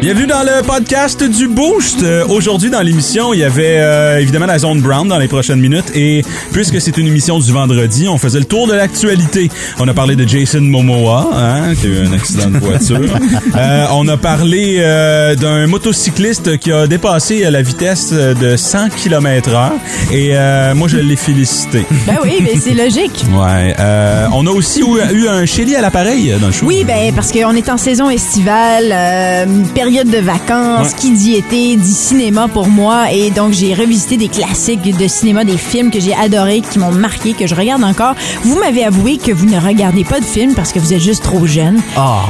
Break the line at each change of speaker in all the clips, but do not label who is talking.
Bienvenue dans le podcast du Boost. Euh, Aujourd'hui dans l'émission, il y avait euh, évidemment la zone Brown dans les prochaines minutes et puisque c'est une émission du vendredi, on faisait le tour de l'actualité. On a parlé de Jason Momoa, hein, qui a eu un accident de voiture. Euh, on a parlé euh, d'un motocycliste qui a dépassé euh, la vitesse de 100 km heure et euh, moi je l'ai félicité.
Ben oui, mais c'est logique.
Ouais. euh, on a aussi eu, eu un chéli à l'appareil euh, dans le show.
Oui, ben parce qu'on est en saison estivale, euh, période de vacances,
Ouais.
qui dit été, dit cinéma pour moi, et donc j'ai revisité des classiques de cinéma, des films que j'ai adorés, qui m'ont marqué, que je regarde encore. Vous m'avez avoué que vous ne regardez pas de films parce que vous êtes juste trop jeune.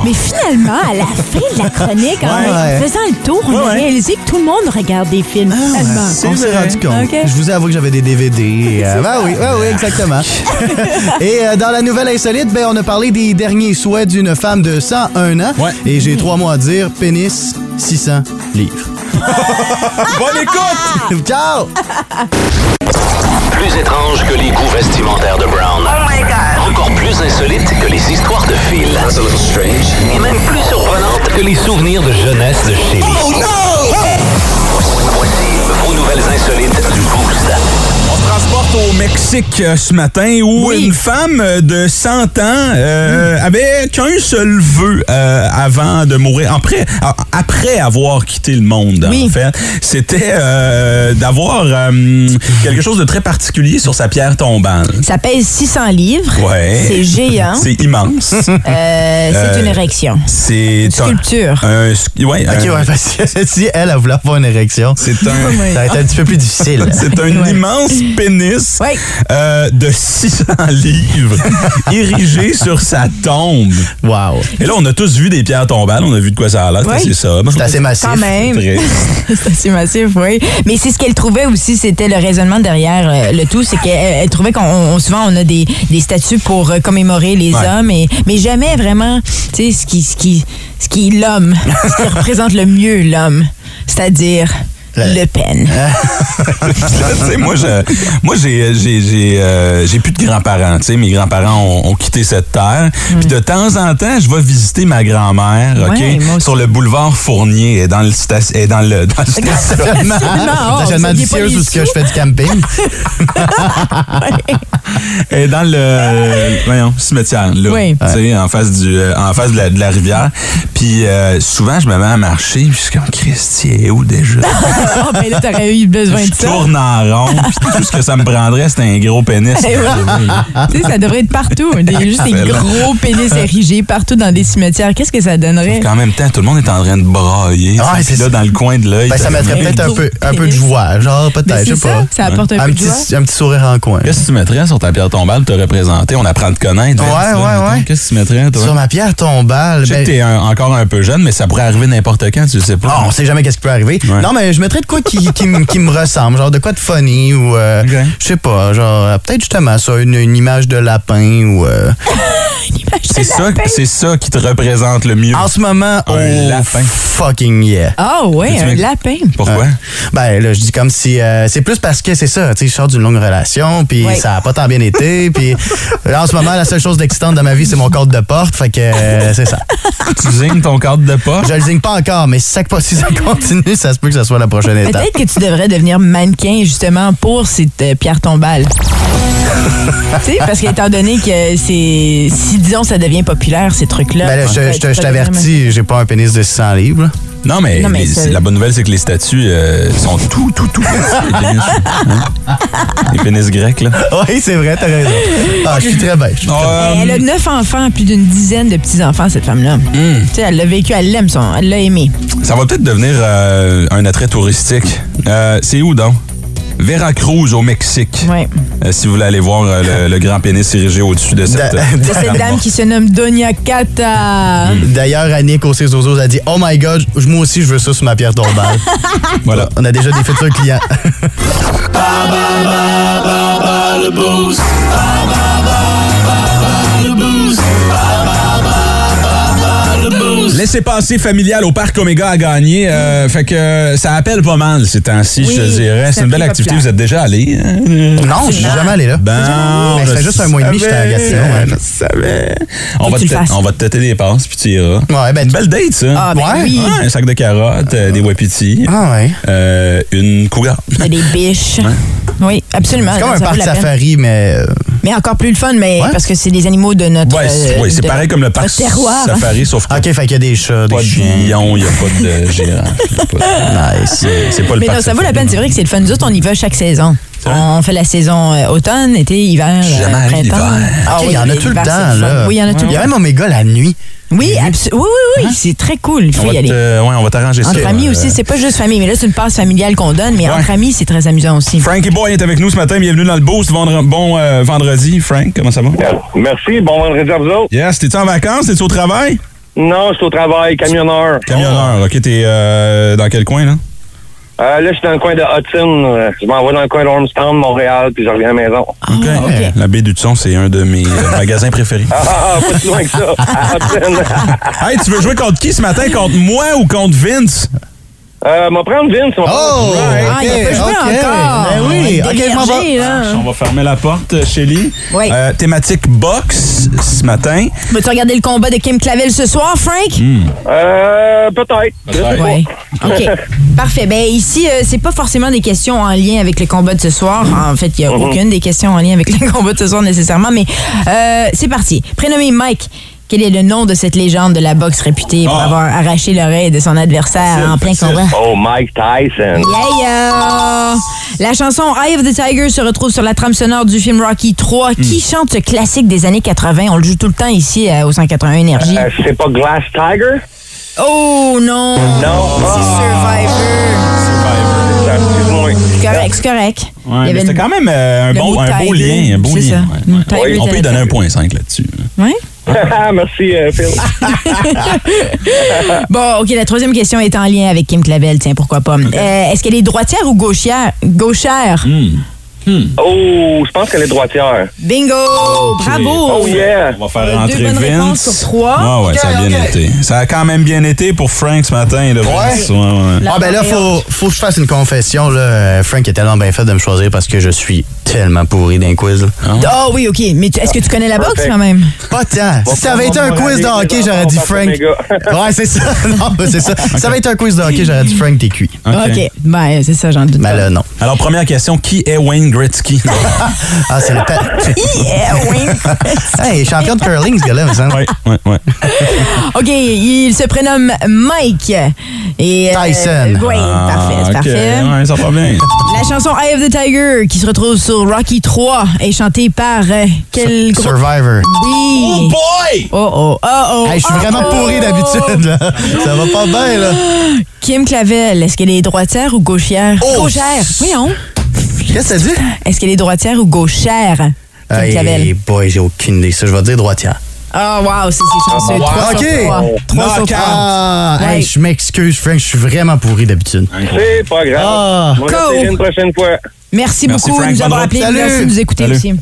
Mais finalement, à la fin de la chronique, en
Ouais.
faisant le tour, on
Ah. Ouais,
a
ouais.
réalisé que tout le monde regarde des films. finalement.
c'est
On s'est
vrai.
rendu compte.
Ok.
Je vous avoue que j'avais des DVD. euh, ben oui, ben oui, exactement. et euh, dans la nouvelle insolite, ben, on a parlé des derniers souhaits d'une femme de 101 ans.
Ouais.
Et j'ai trois mots à dire. Pénis, 600 livres.
Bonne écoute!
Ah.
Ciao!
Plus étrange que les goûts vestimentaires de Brown. Encore plus insolite que les histoires de Phil. Et même plus surprenante que les souvenirs de jeunesse de Chili. Voici vos nouvelles insolites du Boost.
On se transporte au Mexique euh, ce matin où
Oui.
une femme euh, de 100 ans euh, avait qu'un seul vœu euh, avant de mourir, après, a- après avoir quitté le monde, en
Oui.
fait. C'était euh, d'avoir euh, quelque chose de très particulier sur sa pierre tombale.
Ça pèse 600 livres.
Ouais.
C'est géant.
C'est immense.
Euh, c'est
Euh,
une érection.
C'est
Une sculpture.
Un, un sc- ouais,
Ok,
un-
ouais, parce que si elle, elle voulait avoir une érection,
Euh.
ça
C'est
Oh
un.
aurait été un petit peu plus difficile.
C'est un
Ouais.
immense pénis
Ouais.
euh, de 600 livres érigé sur sa tombe.
Wow.
Et là, on a tous vu des pierres tombales, on a vu de quoi ça a l'air,
Ouais.
c'est ça.
C'est assez massif.
Quand même.
Triste.
C'est assez massif, oui. Mais c'est ce qu'elle trouvait aussi, c'était le raisonnement derrière euh, le tout, c'est qu'elle elle trouvait qu'on on- souvent on a des, des statues pour euh, commémorer les
Ouais.
hommes, et, mais jamais vraiment, tu sais, ce qui, ce qui, ce qui est l'homme, ce qui représente le mieux l'homme, c'est-à-dire
Ouais.
Le Pen.
Tu sais, moi, je, moi, j'ai, j'ai, j'ai, euh, j'ai plus de grands-parents. Tu sais, mes grands-parents ont, ont quitté cette terre. Puis de temps en temps, je vais visiter ma grand-mère, ok,
Ouais, moi aussi.
sur le boulevard Fournier, elle est dans le station, est dans le, dans le stationnement.
Absolument.
Ça,
Oh,
je
vous
demande
aviez pas
d'ici
les
où ce que
sous?
je fais du camping.
Elle est dans le, voyons, cimetière, là,
Oui.
tu sais, en face du, euh, en face de la, de la rivière. Puis euh, souvent, je me mets à marcher, puis je suis comme Christy, elle est où déjà?
Oh, ben là, t'aurais eu besoin
Ah. Je
de ça.
tourne en rond, puis tout ce que ça me prendrait, c'est un gros pénis.
Eh oui. tu sais, ça devrait être partout. Des- juste des
Parfait, là.
gros pénis érigés partout dans des cimetières. Qu'est-ce que ça donnerait?
Sauf qu'en même temps, tout le monde est en train de brailler.
Ouais,
puis
Ah, c'est
là,
ça.
dans le coin de l'œil.
Ben, ça
t'as-
mettrait peut-être un peu, un peu de joie. Genre,
Mais
peut-être, je
Ben, c'est
sais
ça,
pas.
ça apporte un
Un
peu de
Ah,
joie.
petit, un petit sourire en coin.
Qu'est-ce que tu mettrais sur ta pierre tombale pour te représenter? On apprend à te connaître.
Ouais,
Vince, là,
ouais,
mettons.
ouais.
Qu'est-ce que tu mettrais, toi?
Sur ma pierre tombale,
Je sais
ben,
que t'es un- encore un peu jeune, mais ça pourrait arriver n'importe quand, tu le sais
Ah,
pas.
on sait jamais qu'est-ce qui peut arriver.
Ouais.
Non, mais je mettrais de quoi qui, qui, me- qui me ressemble, genre de quoi de funny ou, euh,
Ok.
je sais pas, genre euh, peut-être justement ça, une, une image de lapin ou... euh,
c'est ça, c'est ça qui te représente le mieux.
en ce moment,
Un
oh
lapin.
fucking yeah.
Ah ouais,
Peux-tu
un
m'ex-
lapin.
Pourquoi?
Ben là, je dis comme si... euh, c'est plus parce que c'est ça, tu sais, je sors d'une longue relation, puis
Ouais.
ça a pas tant bien été, puis là, en ce moment, la seule chose d'excitante dans ma vie, c'est mon code de porte, fait que euh, c'est ça.
tu zignes ton cadre de poche.
Je le signe pas encore, mais si ça, si ça continue, ça se peut que ça soit la prochaine étape.
Peut-être que tu devrais devenir mannequin justement pour cette euh, pierre tombale. tu sais, parce qu'étant donné que c'est. Si, disons, ça devient populaire, ces trucs-là.
Ben là, je, je te- je t'avertis, j'ai pas un pénis de 600 livres. là.
Non, mais,
Non, mais
les-
c'est-
la bonne nouvelle, c'est que les statues euh, sont tout, tout, tout petits. Les pénis, hein? les pénis grecs, là.
Oui, c'est vrai, t'as raison. Ah, je suis très bête. je suis très-
Euh,
Elle a neuf enfants, plus d'une dizaine de petits-enfants, cette femme-là.
Hmm.
Tu sais, elle l'a vécu, elle l'aime, son- elle l'a aimé.
Ça va peut-être devenir euh, un attrait touristique. Euh, c'est où donc? Veracruz au Mexique.
Ouais.
Euh, si vous voulez aller voir euh, le, le grand pénis érigé au-dessus de cette.
Da-
euh,
C'est cette dame qui se nomme Donia Cata.
Hmm. D'ailleurs, Annick au Zozos a dit Oh my god, je- moi aussi, je veux ça sur ma pierre tombale.
Voilà.
On a déjà des futurs clients.
chose.
Laissez passer familial au parc Omega à gagner. euh, fait que euh, ça appelle pas mal ces temps-ci,
Oui,
je te dirais.
c'est
C'est une belle
très
activité.
populaire.
Vous êtes déjà allé. hein?
Non, je suis jamais allé là.
Ben,
Ben, ça
je
fait juste un mois et demi que j'étais à hein.
savais,
Gatineau, ouais.
Je savais. On
Faut
va,
que tu
te,
le fasses.
on va te têter des passes, puis tu iras.
Ouais, ben,
Une belle date, ça.
Ah, ben
Ouais.
oui.
Ouais, un sac de carottes, euh, des wapitis,
Ah ouais.
euh, une cougar.
T'as des biches. Oui, absolument.
C'est comme
Non,
un
ça vaut
parc
la peine.
safari, mais. euh,
Mais encore plus le fun, mais
Ouais.
parce que c'est des animaux de notre.
Ouais, c'est-
euh,
ouais, c'est
de
pareil comme le parc
notre terroir.
safari, sauf que
Ok, fait qu'il y a des chats,
pas
des
de
chiens.
lion, il n'y a pas de girafe. y a pas de- C'est c'est pas le
Mais
parc
non, ça vaut la
safari.
peine. C'est vrai que c'est le fun. Nous autres, on y va chaque saison.
vrai?
On fait la saison euh, automne, été, hiver,
J'ai jamais
euh,
allé
printemps.
l'hiver.
Ah
Ok,
oui, il y en a
mais
tout le temps,
l'hiver, c'est fun.
là.
Oui, il y en a tout
Il
le
y a
temps.
même Oméga la nuit.
Oui, abso- oui, oui, oui, c'est très cool. Il
On
faut
va,
y aller.
te- euh, ouais, on va t'arranger ça.
Entre amis
Euh,
aussi, c'est pas juste famille, mais là, c'est une passe familiale qu'on donne, mais
Ouais.
entre amis, c'est très amusant aussi.
Frankie Boy est avec nous ce matin. Bienvenue dans le boost. Vendre- bon euh, vendredi, Frank. Comment ça va?
Merci, bon vendredi à vous autres.
Yes, t'es-tu en vacances? T'es-tu au travail?
Non, je suis au travail, camionneur.
Camionneur, ok. T'es euh, dans quel coin, là?
Euh, là, je suis dans le coin de Hudson. Euh, Je m'en vais dans le coin d'Ormstown, Montréal, puis je reviens à la maison.
OK.
Ah, ok.
La baie du Hudson, c'est un de mes euh, magasins préférés.
Ah, ah, ah, pas si loin que ça. À Hudson.
Ah.
Hey, tu veux jouer contre qui ce matin? Contre moi ou contre Vince?
Euh, m'a prendre Vince. m'a
Oh!
prendre-
Ah, il a pas joué encore.
Ben oui,
Il est
ok, je m'en
dévergé,
vais.
là.
Ah, On va fermer la porte, Shelly.
Ah. Oui.
Euh, thématique box ce matin.
Veux-tu regarder le combat de Kim Clavel ce soir, Frank?
Euh, peut-être. Je sais pas.
Ouais. OK. Parfait. Ben ici, euh, c'est pas forcément des questions en lien avec le combat de ce soir. En fait, il n'y a aucune des questions en lien avec le combat de ce soir nécessairement, mais euh, c'est parti. Prénommé Mike. Quel est le nom de cette légende de la boxe réputée pour
Ah.
avoir arraché l'oreille de son adversaire
Facile,
en plein
facile.
combat?
Oh, Mike Tyson.
Yeah, yeah. La chanson Eye of the Tiger se retrouve sur la trame sonore du film Rocky 3. Qui chante ce classique des années 80? On le joue tout le temps ici euh, au 181 Énergie.
Euh, c'est pas Glass Tiger?
Oh non!
Non.
C'est Survivor.
Ah, excuse-moi.
C'est correct, c'est correct.
Ouais,
Il
mais
y avait
c'était
le-
quand même euh, un,
le
bon,
mot
un beau
Tiger.
lien. Un beau
C'est
lien.
ça.
ouais, ouais.
Tiger
On peut y
était
donner
là.
un point 5 là-dessus.
Ouais?
Merci, euh, Phil.
Bon, OK, la troisième question est en lien avec Kim Clavel, tiens, pourquoi pas. Euh, Est-ce qu'elle est droitière ou gauchière? Gauchère.
Oh, je pense qu'elle est droitière.
Bingo! Bravo!
Oh, yeah.
On va faire
Euh,
rentrer
deux bonnes réponses
Vince.
sur trois.
Ah ouais, ça a bien été. Ça a quand même bien été pour Frank ce matin. Là, Vince. Ouais, ouais.
La
Ah ben là, faut,
Montréal.
faut que je fasse une confession. Là. Euh, Frank est tellement bien fait de me choisir parce que je suis tellement pourri d'un quiz. là.
Oh oui, OK. Mais tu- est-ce que tu connais la boxe
Perfect.
quand même?
Pas tant. Si ça avait été un
on va
quiz de
aller
hockey,
les
j'aurais dit
enfants,
Frank.
les gars.
Ouais, c'est ça. Non, ben, c'est ça. Ça avait été un quiz de hockey, j'aurais dit Frank, t'es cuit.
OK.
OK. Ben, c'est ça, j'en doute
Ben
pas.
là, non.
Alors, première question, qui est Wayne Gretzky?
Ah, c'est le pa-
Yeah, oui.
Hey, champion de curling, ce gars-là, me semble.
ouais, ouais, ouais.
OK, il se prénomme Mike. Et, euh,
Tyson.
oui, parfait, c'est
Ah, ok,
parfait.
Ouais, ça va bien.
La chanson Eye of the Tiger, qui se retrouve sur Rocky 3, est chantée par euh, quel groupe?
Survivor.
Oui.
boy!
Oh oh, oh oh.
Hey, je suis
oh,
vraiment
oh.
pourri d'habitude, là. Ça va pas bien, là.
Kim Clavel, est-ce qu'elle est droitière ou gauchière?
Oh!
Gauchère. Voyons.
Qu'est-ce que ça dit?
Est-ce qu'elle est droitière ou gauchère? Kim
Hey,
Clavel.
boy, j'ai aucune idée. Ça, je vais dire droitière.
Oh wow, c'est c'est chanceux.
Ah, wow.
Trois sur
OK.
trois. Trois sur
Knockout.
trois.
Ah,
Ouais.
hey, je m'excuse, Frank, je suis vraiment pourri d'habitude.
C'est pas grave.
Ah.
On va essayer une prochaine fois.
Merci,
Merci,
beaucoup
Frank.
de nous avoir
Bonne
appelés.
route.
Merci
Salut.
de nous écouter
Salut.
aussi.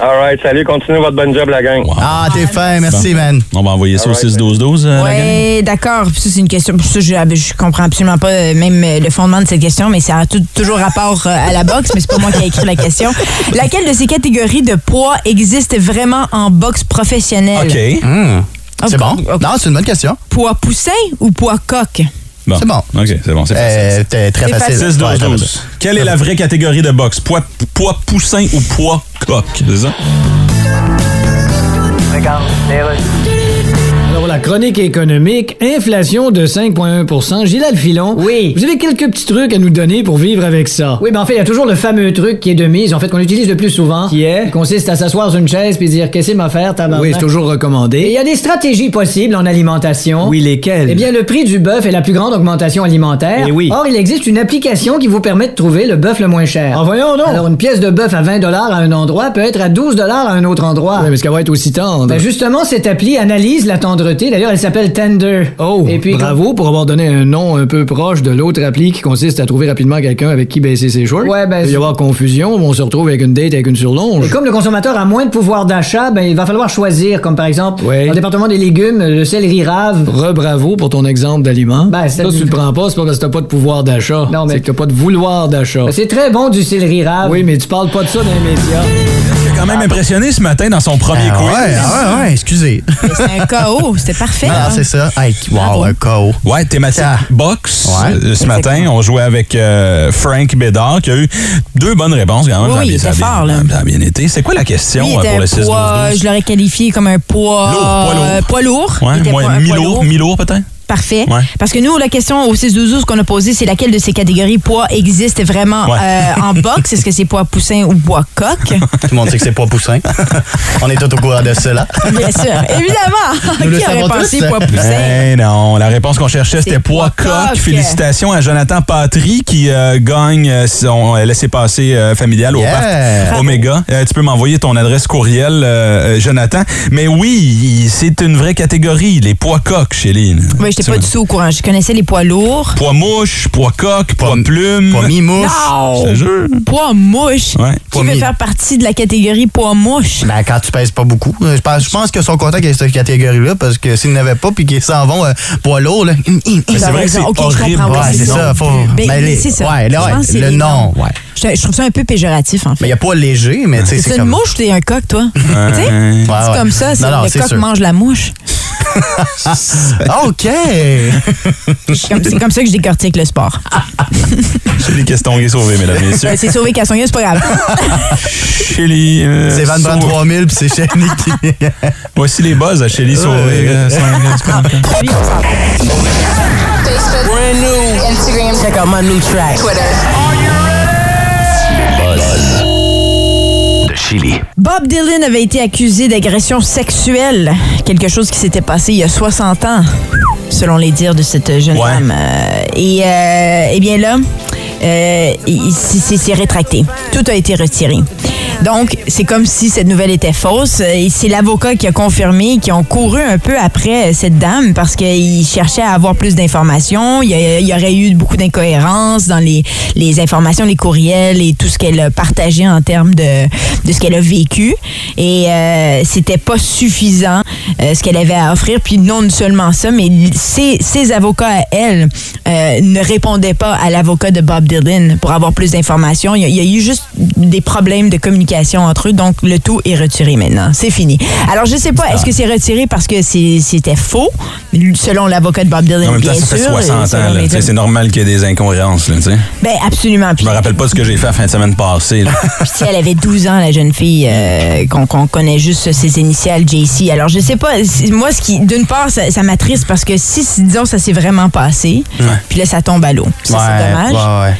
All right, salut. Continuez votre bonne job, la gang.
Ah, t'es fin, merci, man.
On va envoyer ça au
Alright,
6-12-12, euh, la gang.
Oui, d'accord. Puis Ça, c'est une question. puis Ça, je, je comprends absolument pas euh, même euh, le fondement de cette question, mais ça a tout- toujours rapport euh, à la boxe, mais c'est pas moi qui ai écrit la question. Laquelle de ces catégories de poids existe vraiment en boxe professionnelle?
OK.
Hmm. C'est
Ok,
bon?
ok.
Non, c'est une bonne question.
Poids poussin ou poids coq?
Bon.
C'est bon.
OK, c'est bon, c'est
Euh, t'es très
C'est
facile.
facile.
6,
Ouais,
12,
t'as
12.
raison.
Quelle est la vraie catégorie de boxe? Poids, poids poussin ou poids coq? C'est ça?
Alors, la chronique économique, inflation de 5,1 Gilal Filon.
Oui.
Vous avez quelques petits trucs à nous donner pour vivre avec ça.
Oui, ben en fait, il y a toujours le fameux truc qui est de mise, en fait, qu'on utilise le plus souvent.
Qui est?
Qui consiste à s'asseoir sur une chaise puis dire Qu'est-ce qu'il m'a fait, tabarnak?
Oui, c'est toujours
Et il
recommandé.
y a des stratégies possibles en alimentation.
Oui, lesquels?
Eh bien, le prix du bœuf est la plus grande augmentation alimentaire.
Eh oui.
Or, il existe une application qui vous permet de trouver le bœuf le moins cher.
Ah, voyons donc.
Alors, une pièce de bœuf à 20 à un endroit peut être à 12 à un autre endroit.
Oui, mais est-ce qu'elle va être aussi tendre?
Ben, justement, cette appli analyse la tendreté pauvreté. D'ailleurs, elle s'appelle Tender.
Oh,
Et puis,
bravo pour avoir donné un nom un peu proche de l'autre appli qui consiste à trouver rapidement quelqu'un avec qui baisser ses shorts.
Ouais, ben,
Il peut y
c'est-
avoir confusion, on se retrouve avec une date avec une surlonge.
Et comme le consommateur a moins de pouvoir d'achat, ben, il va falloir choisir, comme par exemple,
Ouais.
dans le département des légumes, le céleri rave.
Re-bravo pour ton exemple d'aliment.
Ben, c'est-
ça, tu le prends pas, Bah, c'est pas parce que t'as pas de pouvoir d'achat.
Non, mais-
C'est que t'as pas de vouloir d'achat.
Ben, C'est très bon du céleri rave.
Oui, mais tu parles pas de ça dans les médias.
J'ai quand même impressionné ce matin dans son premier
Ah
quiz.
ouais, ah ouais, ouais, excusez.
C'est un KO, c'était parfait.
Ah,
hein?
c'est ça. Hey, wow,
Bravo.
un KO.
Ouais, thématique
Ah.
box.
Ouais.
Euh, Ce matin, on jouait avec euh, Frank Bédard qui a eu deux bonnes réponses quand même. Ça
Oui,
a
oui,
bien-
il
ça a
était
bien,
fort, là.
ça a bien été. C'est quoi la question
Lui, il
euh,
était
pour le
un
6
poids,
12
je l'aurais qualifié comme un poids
Lourd, poids lourd.
euh, poids lourd. Il
Ouais,
était
moi,
pas- un poids
mi-lourd, mi-lourd peut-être?
Parfait.
Ouais.
Parce que nous, la question au 6 12 qu'on a posée, c'est laquelle de ces catégories poids existe vraiment
Ouais.
euh, en boxe? Est-ce que c'est poids poussin ou poids coq?
Tout le monde sait que c'est pas poussin. On est tous au courant de cela.
Bien sûr, évidemment.
Nous le
Qui aurait
savons
pensé
tous.
poids poussin?
Eh non, la réponse qu'on cherchait, c'était
C'est
poids
poids
coq.
coq.
Félicitations à Jonathan Patry qui euh, gagne euh, son laissez-passer euh, familial au
Yeah.
parc
Bravo.
Omega. Euh, tu peux m'envoyer ton adresse courriel, euh, euh, Jonathan. Mais oui, il- c'est une vraie catégorie, les poids coq, Chéline.
Moi, j'étais pas du tout au courant. Je connaissais les poids lourds.
Poids mouche, poids coq, poids plume.
Pas mi-mouche.
Je te jure.
Poids mouche.
Ouais.
Qui
Poids
veut
mi-
faire partie de la catégorie poids mouche?
Ben, quand tu pèses pas beaucoup. Euh, Je pense, je pense qu'ils sont contents qu'il y ait cette catégorie-là parce que s'ils n'avaient pas puis qu'ils s'en vont euh, poids lourd, là. hum, hum, hum.
T'as
c'est vrai que
raison.
c'est
Ok, je
horrible.
comprends,
Ouais, c'est
non
ça, faut-
plus. Ben,
ben, les-
c'est ça.
ouais,
Je
là, ouais,
pense que c'est
le
les
nom,
noms.
ouais.
Je, je trouve ça un peu péjoratif, en fait.
Mais il n'y a pas léger, mais tu sais, c'est
C'est une
comme. Ah
mouche, t'es un coq, toi. tu sais?
Ouais.
Ouais,
C'est
ouais.
comme ça, c'est
Non, non,
le
c'est
coq
sûr. Ah,
mange la mouche.
OK! Hey,
C'est comme- C'est comme ça que je décortique le sport.
J'ai des questions qui sauvées, mesdames et messieurs.
Euh, C'est sauvé qu'à son c'est pas grave.
Chélie. euh,
c'est Van Brand
sauve-
3000 puis c'est Shani qui.
Voici les buzz à Chélie sauvée. euh, sans-
Brand new. Instagram. Check out my new track. Twitter.
de Chili.
Bob Dylan avait été accusé d'agression sexuelle, quelque chose qui s'était passé il y a 60 ans, selon les dires de cette jeune
Ouais.
femme. Euh, et euh, eh bien là, euh, il s- s'est s'est rétracté. Tout a été retiré. Donc, c'est comme si cette nouvelle était fausse. Et c'est l'avocat qui a confirmé qu'ils ont couru un peu après cette dame parce qu'il cherchait à avoir plus d'informations. Il y, a- il y aurait eu beaucoup d'incohérences dans les, les informations, les courriels et tout ce qu'elle a partagé en termes de, de ce qu'elle a vécu. Et euh, c'était pas suffisant euh, ce qu'elle avait à offrir. Puis non seulement ça, mais ses, ses avocats à elle euh, ne répondaient pas à l'avocat de Bob Dylan pour avoir plus d'informations. Il, y a- il y a eu juste des problèmes de communication entre eux. Donc le tout est retiré maintenant. C'est fini. Alors je sais pas, est-ce que c'est retiré parce que c'est- c'était faux, selon l'avocat de Bob Dylan?
En même temps,
bien
ça fait
sûr,
60
selon
ans. là,
les
tu sais,
autres.
C'est normal qu'il y ait des incohérences. là, tu sais.
Ben absolument.
Je
Puis-
me rappelle pas ce que j'ai fait la fin de semaine passée. là.
Puis si elle avait 12 ans, la jeune fille, euh, qu'on qu'on connaît juste ses initiales, JC. Alors, je sais pas, si- moi, ce qui, d'une part, ça, ça m'attriste parce que si, disons, ça s'est vraiment passé, puis là, ça tombe à l'eau. Ça, c'est dommage.
ouais, ouais.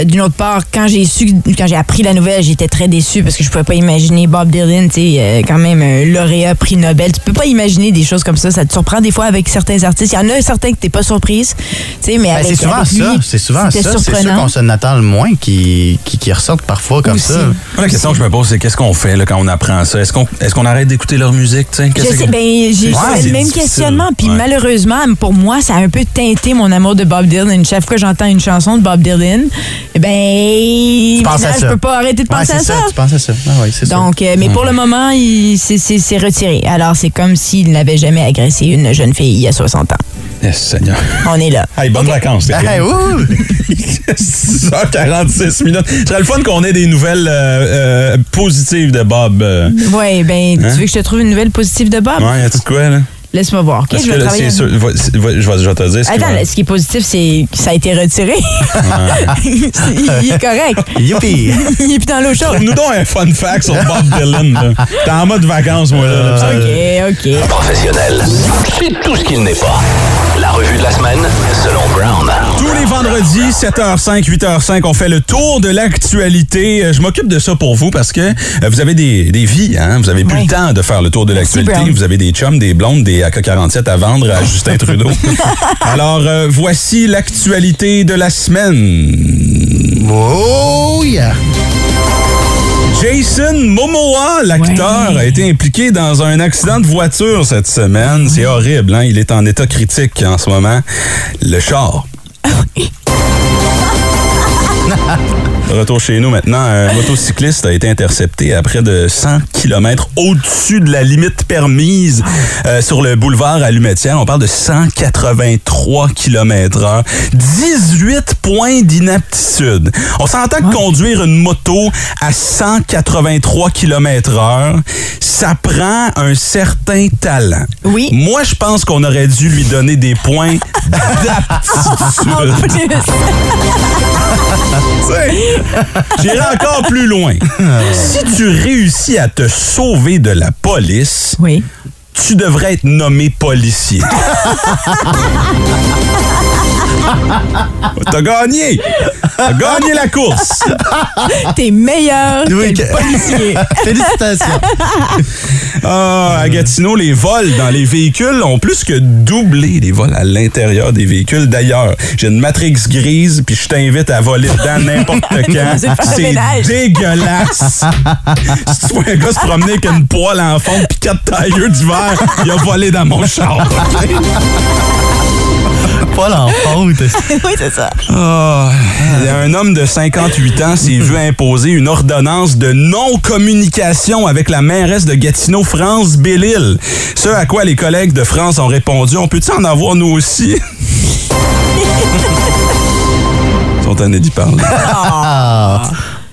Euh, D'une autre part, quand j'ai su, quand j'ai appris la nouvelle, j'étais très déçue parce que je pouvais pas imaginer Bob Dylan, tu sais, euh, quand même un lauréat prix Nobel. Tu peux pas imaginer des choses comme ça. Ça te surprend des fois avec certains artistes. Il y en a certains que t'es pas surprise, tu sais, mais
Ben,
avec,
c'est souvent
avec lui,
ça. C'est souvent
c'était
ça. C'est ceux
surprenant.
qu'on s'en attend le moins qui, qui, qui ressortent parfois comme
Aussi.
ça.
Moi, La question que je me pose, c'est qu'est-ce qu'on fait là, quand on apprend ça? Est-ce qu'on est qu'on arrête d'écouter leur musique? tu sais?
Je
Qu'est-ce
sais,
que-
ben, j'ai
Ouais,
fait
c'est
le même
difficile.
questionnement. Puis
Ouais.
malheureusement, pour moi, ça a un peu teinté mon amour de Bob Dylan. Chaque fois que j'entends une chanson de Bob Dylan, eh ben,
Tu penses
finalement,
à
je
ça.
peux pas arrêter de
Ouais,
penser
c'est
à ça.
Tu penses à ça. Ah, oui, c'est
Donc, euh, mais pour le moment, il- c'est- c'est c'est retiré. Alors, c'est comme s'il n'avait jamais agressé une jeune fille il y a 60 ans.
Yes, Seigneur.
On est là.
Hey, bonnes vacances. les
sûr.
filles.
Hey, ouh!
6h46 minutes. Ce serait le fun qu'on ait des nouvelles euh, euh, positives de Bob. euh.
Ouais, ben,
Hein?
tu veux que je te trouve une nouvelle positive de Bob?
Ouais, y a-tu de quoi, là?
Laisse-moi voir. OK,
Parce
je
que
vais
là,
travailler.
c'est sûr. va- c'est- va- Je vais, je vais te dire ce qui
Attends,
va-
là, ce qui est positif, c'est que ça a été retiré. il, il est correct.
Youpi!
Il est plus dans l'eau chaude.
Nous donnons un fun fact sur Bob Dylan. là. T'es en mode vacances, moi. Là, là, ça-
Euh, OK, OK.
Professionnel. C'est tout ce qu'il n'est pas. La revue de la semaine, selon Brown.
Tous les vendredis, 7h05, 8h05, on fait le tour de l'actualité. Euh, Je m'occupe de ça pour vous parce que euh, vous avez des, des vies, hein? Vous avez plus le temps de faire le tour de l'actualité.
Brown.
Vous avez des chums, des blondes, des AK-47 à vendre à Justin Trudeau. Alors, euh, voici l'actualité de la semaine.
Oh yeah!
Jason Momoa, l'acteur, a été impliqué dans un accident de voiture cette semaine. C'est horrible, hein? Il est en état critique en ce moment. Le char. Retour chez nous maintenant. Un motocycliste a été intercepté à près de 100 km au-dessus de la limite permise euh, sur le boulevard Allumetière. On parle de 183 km heure. 18 points d'inaptitude. On s'entend que conduire une moto à 183 km heure, ça prend un certain talent.
Oui.
Moi, je pense qu'on aurait dû lui donner des points
En
d'aptitude.
plus,
Tu sais, J'irai encore plus loin. Si tu réussis à te sauver de la police,
oui.
tu devrais être nommé policier. T'as gagné! T'as gagné la course!
T'es meilleur
Oui,
que le
que-
policier.
Félicitations.
Ah, à Gatineau, les vols dans les véhicules ont plus que doublé les vols à l'intérieur des véhicules. D'ailleurs, j'ai une Matrix grise, puis je t'invite à voler dedans n'importe quand.
C'est pas le
C'est
ménage.
dégueulasse. si tu vois un gars se promener avec une poêle en fond, puis quatre tailleurs d'hiver, il a volé dans mon char.
Pas l'enfant.
oui, c'est ça.
Ah, Il y a un homme de 58 ans s'est vu imposer une ordonnance de non-communication avec la mairesse de Gatineau, France Bellil. Ce à quoi les collègues de France ont répondu On peut-tu en avoir nous aussi Ils sont tannés d'y parler.
Ah.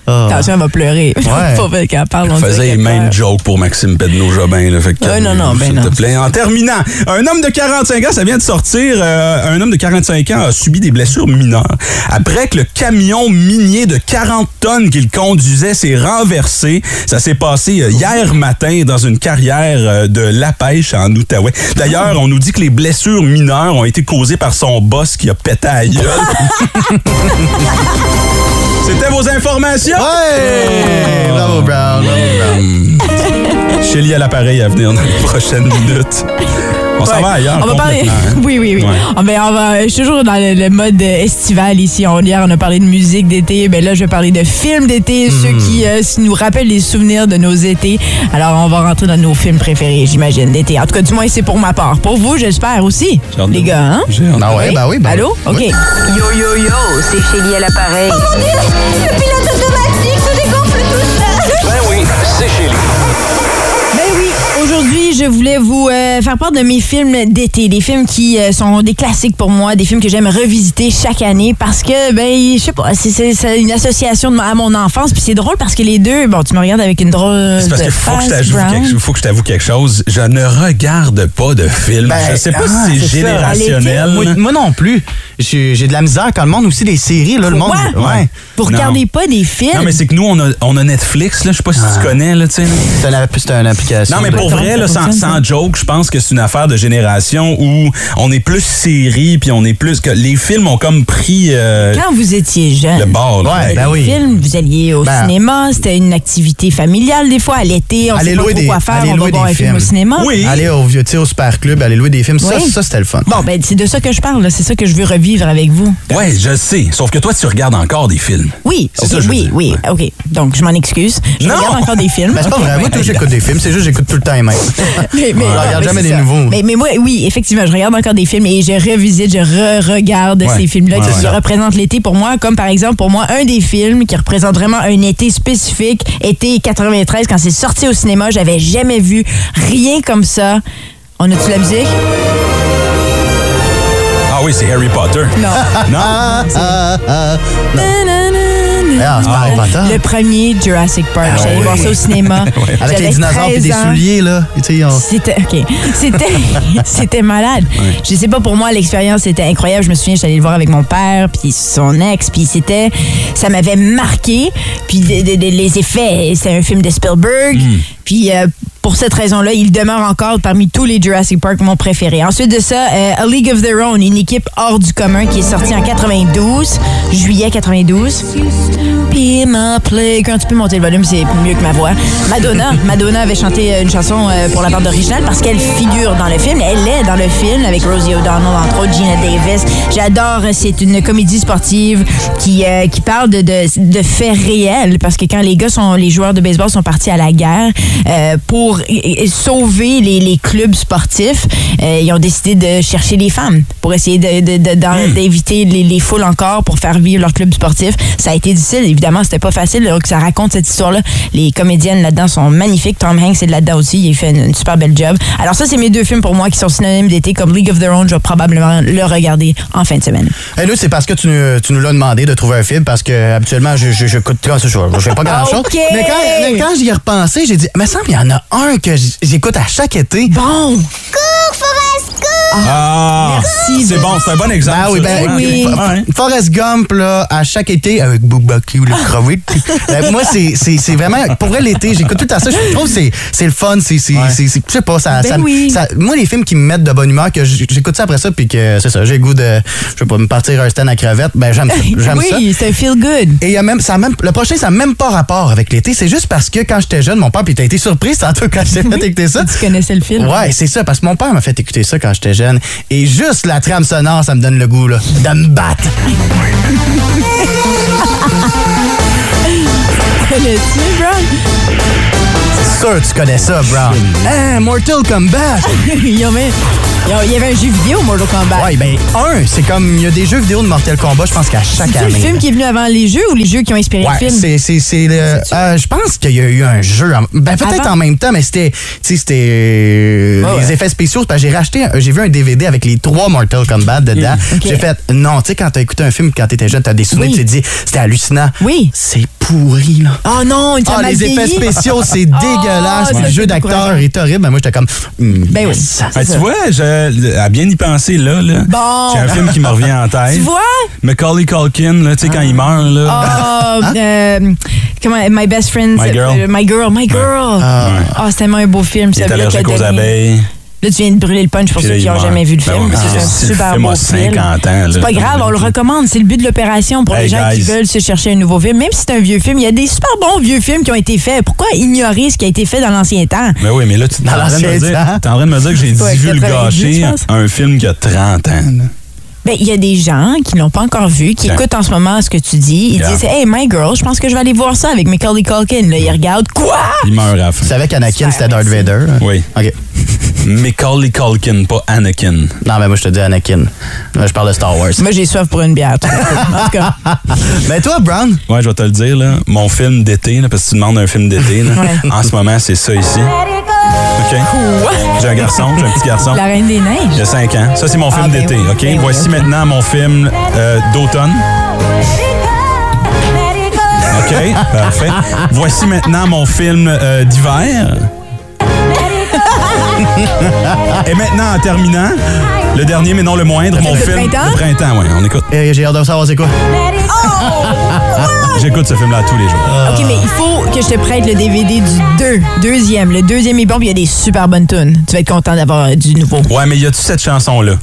Attention, elle va pleurer.
Ouais.
Faut pas qu'elle parle. on
Je faisais
dirait
les
qu'elle
mêmes
pleure.
jokes pour Maxime Pedneau-Jobin. là, fait que
Ouais,
calmez-vous,
non, non, ben
s'il te
non.
plaît. En terminant, un homme de 45 ans, ça vient de sortir, euh, un homme de 45 ans a subi des blessures mineures après que le camion minier de 40 tonnes qu'il conduisait s'est renversé. Ça s'est passé euh, hier matin dans une carrière euh, de la pêche en Outaouais. D'ailleurs, on nous dit que les blessures mineures ont été causées par son boss qui a pété à la gueule. C'était vos informations.
Ouais! Bravo, Brown. Bravo, Brown.
Shelly à l'appareil à venir dans les prochaines minutes. On s'en
Ouais.
va ailleurs.
On va parler.
complètement, hein?
Oui, oui, oui.
Ouais.
Ah, ben, on va, je suis toujours dans le, le mode euh, estival ici. On, hier, on a parlé de musique d'été. Ben là, je vais parler de films d'été,
Hmm.
ceux qui euh, s- nous rappellent les souvenirs de nos étés. Alors, on va rentrer dans nos films préférés, j'imagine, d'été. En tout cas, du moins, c'est pour ma part. Pour vous, j'espère aussi,
J'ai hâte
les
de-
gars. Hein?
J'ai hâte.
Ah ouais, bah oui. ben
Allô?
oui.
OK. Oh
Yo, yo, yo, c'est Chélie à l'appareil.
Le pilote automatique se dégonfle tout seul.
Ben oui, c'est chez lui.
Ben oui, aujourd'hui, je voulais vous euh, faire part de mes films d'été, des films qui euh, sont des classiques pour moi, des films que j'aime revisiter chaque année parce que, ben, je sais pas, c'est- c'est c'est une association de- à mon enfance, puis c'est drôle parce que les deux, bon, tu me regardes avec une drôle
C'est parce
de
que faut que, je
face,
t'ajoute
Brown.
quelque, faut que je t'avoue quelque chose. Je ne regarde pas de films.
Ben,
je sais pas
ah,
si c'est
c'est ça.
générationnel.
Moi, moi non plus. J'ai j'ai de la misère quand le monde aussi des séries, là, le monde.
Quoi?
Ouais.
Vous regardez
Non.
pas des films?
Non, mais c'est que nous, on a, on a Netflix. là. Je sais pas si
Ah.
tu connais. Là, tu sais, là.
C'est une, app- c'est une application.
Non, mais pour
de-
vrai, là, sans, sans joke, je pense que c'est une affaire de génération où on est plus série, puis on est plus... que Les films ont comme pris euh,
Quand vous étiez jeune,
le bord. là.
Ouais, ben
les
oui.
films, vous alliez au
Ben.
cinéma, c'était une activité familiale des fois, à l'été, on
Allez
sait Ah, pas
louer
trop
des-
quoi faire,
allez
on va
louer
voir un
des
film au
films.
cinéma.
Oui.
Aller au vieux tir au super club, aller louer des films, ça,
Oui.
ça c'était le fun.
Bon, ben, c'est de ça que je parle, là. c'est ça que je veux revivre avec vous.
Ouais, je le sais. Sauf que toi, tu regardes encore des films.
Oui,
C'est
ok,
ça que je veux
oui,
dire.
oui, ok. Donc, je m'en excuse. Je
Non!
regarde encore des films.
Mais Ben, c'est pas
Ok.
vrai, moi, tout, j'écoute des films, c'est juste j'écoute tout le temps les mêmes.
Mais, mais-
On regarde
mais
jamais
c'est
des
ça.
nouveaux.
Mais, mais moi, oui, effectivement, je regarde encore des films et je revisite, je re-regarde
Ouais.
ces films-là
Ouais,
qui
ouais.
représentent l'été pour moi, comme par exemple, pour moi, un des films qui représente vraiment un été spécifique, été 93, quand c'est sorti au cinéma, j'avais jamais vu rien comme ça. On a-tu la musique?
Ah oui, c'est Harry Potter.
Non.
Non?
Ah, ah, ah. Non. Ah, c'est pas Harry Potter.
Le premier Jurassic Park. J'allais
Ah, oui.
voir ça au cinéma.
Avec les
J'avais
dinosaures et
13
des
ans.
souliers, là. Tu sais, on-
C'était ok. C'était c'était malade. Je sais pas pour moi l'expérience était incroyable. Je me souviens, j'allais le voir avec mon père puis son ex puis c'était ça m'avait marqué puis de- de- de- les effets. C'est un film de Spielberg puis euh, pour cette raison-là, il demeure encore parmi tous les Jurassic Park mon préféré. Ensuite de ça, euh, A League of Their Own, une équipe hors du commun qui est sortie en 92, juillet 92. be my play. Quand tu peux monter le volume, c'est mieux que ma voix. Madonna, Madonna avait chanté une chanson euh, pour la bande originale parce qu'elle figure dans le film. Elle est dans le film avec Rosie O'Donnell, entre autres, Gina Davis. J'adore. euh, C'est une comédie sportive qui, euh, qui parle de, de, de faits réels parce que quand les gars sont, les joueurs de baseball sont partis à la guerre euh, pour euh, sauver les, les clubs sportifs, euh, ils ont décidé de chercher les femmes pour essayer de- de- de- d'en- d'éviter les, les foules encore pour faire vivre leur club sportif. Ça a été difficile, évidemment, c'était pas facile. Donc, ça raconte cette histoire-là. Les comédiennes là-dedans sont magnifiques. Tom Hanks est là-dedans aussi. Il fait une, une super belle job. Alors, ça, c'est mes deux films pour moi qui sont synonymes d'été. Comme League of Their Own, je vais probablement le regarder en fin de semaine.
Hey, là, c'est parce que tu, Eh, nous- tu nous l'as demandé de trouver un film parce que habituellement, je, je, je coûte quand ce soir. Je fais pas grand-chose.
Ah, Ok.
Mais quand, mais quand j'y ai repensé, j'ai dit, mais semble il y en a un que j- j'écoute à chaque été.
Bon!
Ah,
Merci.
c'est bon, c'est un bon exemple.
Ah oui,
ça.
ben,
Ouais.
oui.
Fo-
Ouais.
Forrest Gump, là, à chaque été, avec Boubacu, le crevier. Ben, moi, c'est- c'est c'est vraiment, pour vrai, l'été, j'écoute tout à ça. Je trouve que c'est- c'est le fun, c'est, c'est- c'est- c'est- je sais pas, ça,
Ben
ça me-
oui.
ça- Moi, les films qui me mettent de bonne humeur, que j- j'écoute ça après ça, puis que c'est ça, j'ai le goût de, je sais pas, me partir un stand à crevette, ben j'aime ça. J'aime ça.
oui, c'est un feel good.
Et il y a même, ça a même, le prochain, ça n'a même pas rapport avec l'été. C'est juste parce que quand j'étais jeune, mon père, puis t'as été surprise tantôt quand j'ai fait écouter ça.
Tu connaissais le film?
Ouais, c'est ça, parce que mon père m'a fait écouter ça quand j'étais jeune. Et juste la trame sonore, ça me donne le goût, là, de me battre.
Connais-tu, Brown?
Sûr, que tu connais ça, Brown. Hein, Mortal Kombat!
Ils ont même- ils ont- Il y avait un jeu vidéo, Mortal Kombat.
Ouais, ben, un, c'est comme, il y a des jeux vidéo de Mortal Kombat, je pense qu'à chaque
C'est-tu
année.
le film qui est venu avant les jeux ou les jeux qui ont inspiré le
Ouais,
film?
c'est c'est c'est le euh, je pense qu'il y a eu un jeu en- ben peut-être
Avant?
en même temps mais c'était tu sais c'était euh,
Ah
les
ouais.
effets spéciaux parce que j'ai racheté un- j'ai vu un DVD avec les trois Mortal Kombat dedans.
Mm, Ok.
J'ai fait non, tu sais quand t'as écouté un film quand t'étais jeune, t'as des souvenirs,
Oui.
tu te dis c'était hallucinant.
Oui.
C'est pourri là.
Oh non, il t'a
Ah,
mal
les
vieilli. Ah,
effets spéciaux, c'est dégueulasse.
ça,
Puis le
c'est
jeu d'acteur
décourageant.
est horrible. Ben, moi, j'étais comme. hmm,
Ben oui.
yes.
Ah, tu vois, je, à bien y penser, là, là
Bon.
j'ai un film qui me revient en tête.
Tu vois?
Hein? Macaulay Culkin, là, tu sais, quand il meurt, là.
Ah, euh, comment, My Best Friend.
Hein? My Girl.
euh, my Girl. My Girl. Ah, c'est tellement un beau film.
il
ça,
est
là,
allergique
qui a
aux
donné-
abeilles.
Là, tu viens de brûler le punch pour
Puis là,
ceux qui
il
n'ont
meurt.
jamais vu le
Ben
film.
oui,
parce que
ah,
c'est
le
un super
film a
beau film.
50 ans, là.
C'est pas grave, on le recommande. C'est le but de l'opération pour les
Hey,
gens qui
guys.
veulent se chercher un nouveau film. Même si c'est un vieux film, il y a des super bons vieux films qui ont été faits. Pourquoi ignorer ce qui a été fait dans l'ancien temps?
Mais Ben oui, mais là, tu t'es en, train de me
l'ancien
dire-
hein?
temps.
t'es en train de me dire que j'ai
Ouais,
divulgâché
98, je pense.
un film qui a 30 ans. là.
Ben, il y a des gens qui l'ont pas encore vu, qui
Tiens.
écoutent en ce moment ce que tu dis. Ils
Yeah. Mm.
disent Hey, my girl, je pense que je vais aller voir ça avec Macaulay Culkin. Là, ils regardent Quoi?
Il meurt à la fin.
Tu savais qu'Anakin,
Super,
c'était Darth
merci.
Vader? hein.
Oui.
OK.
Macaulay Culkin, pas Anakin.
Non, mais moi, je te dis Anakin. Là, je parle de Star Wars.
Moi, j'ai soif pour une bière. tout simplement. en tout cas,
Mais toi, Brown,
Ouais, je vais te le dire, là. Mon film d'été, là, parce que tu demandes un film d'été, là.
Ouais.
En ce moment, c'est ça ici. OK? J'ai un garçon, j'ai un petit garçon.
La Reine des Neiges.
Il a 5 ans. Ça, c'est mon film
ben
d'été,
oui,
OK?
ben oui,
Voici
ok.
maintenant mon film euh, d'automne. OK, parfait. Voici maintenant mon film euh, d'hiver. Et maintenant, en terminant, le dernier, mais non le moindre, mon
de
film
printemps?
de printemps. Ouais, on écoute.
eh,
euh, j'ai hâte de savoir c'est quoi.
Oh!
J'écoute ce film-là tous les jours.
OK, mais il faut que je te prête le DVD du 2, deuxième. Le deuxième est bon, puis il y a des super bonnes tunes. Tu vas être content d'avoir euh, du nouveau.
Ouais, mais y a-tu cette chanson-là?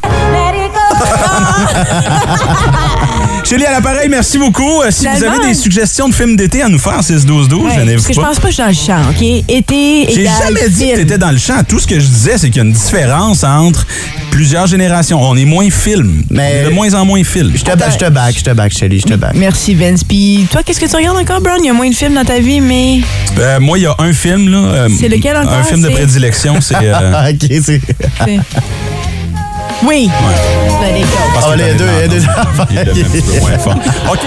Chélie, à l'appareil, merci beaucoup. Euh, si vous
Tellement.
avez des suggestions de films d'été à nous faire, 6-12-12,
Ouais, parce
gênez-vous
que je
pas.
pense pas que je suis dans le champ, OK? Été,
J'ai
égale
jamais dit que
film.
t'étais dans le champ. Tout ce que je disais, c'est qu'il y a une différence entre plusieurs générations. On est moins film.
Mais-
On est de moins en moins film.
Je te back, je te back, je te back, Shelly, je te back.
Merci, Vince. Puis toi, qu'est-ce que tu regardes encore, Brown? Il y a moins de films dans ta vie, mais...
Euh, moi, il y a un film, là. euh,
C'est lequel encore?
Un film de
C'est-
prédilection, c'est. euh,
Ah, OK, c'est...
c'est- Oui. Ben, les gars.
parce
Ah,
que
les
t'en
deux,
avais
les deux.
entendu. Il est devenu un petit peu moins fort. OK.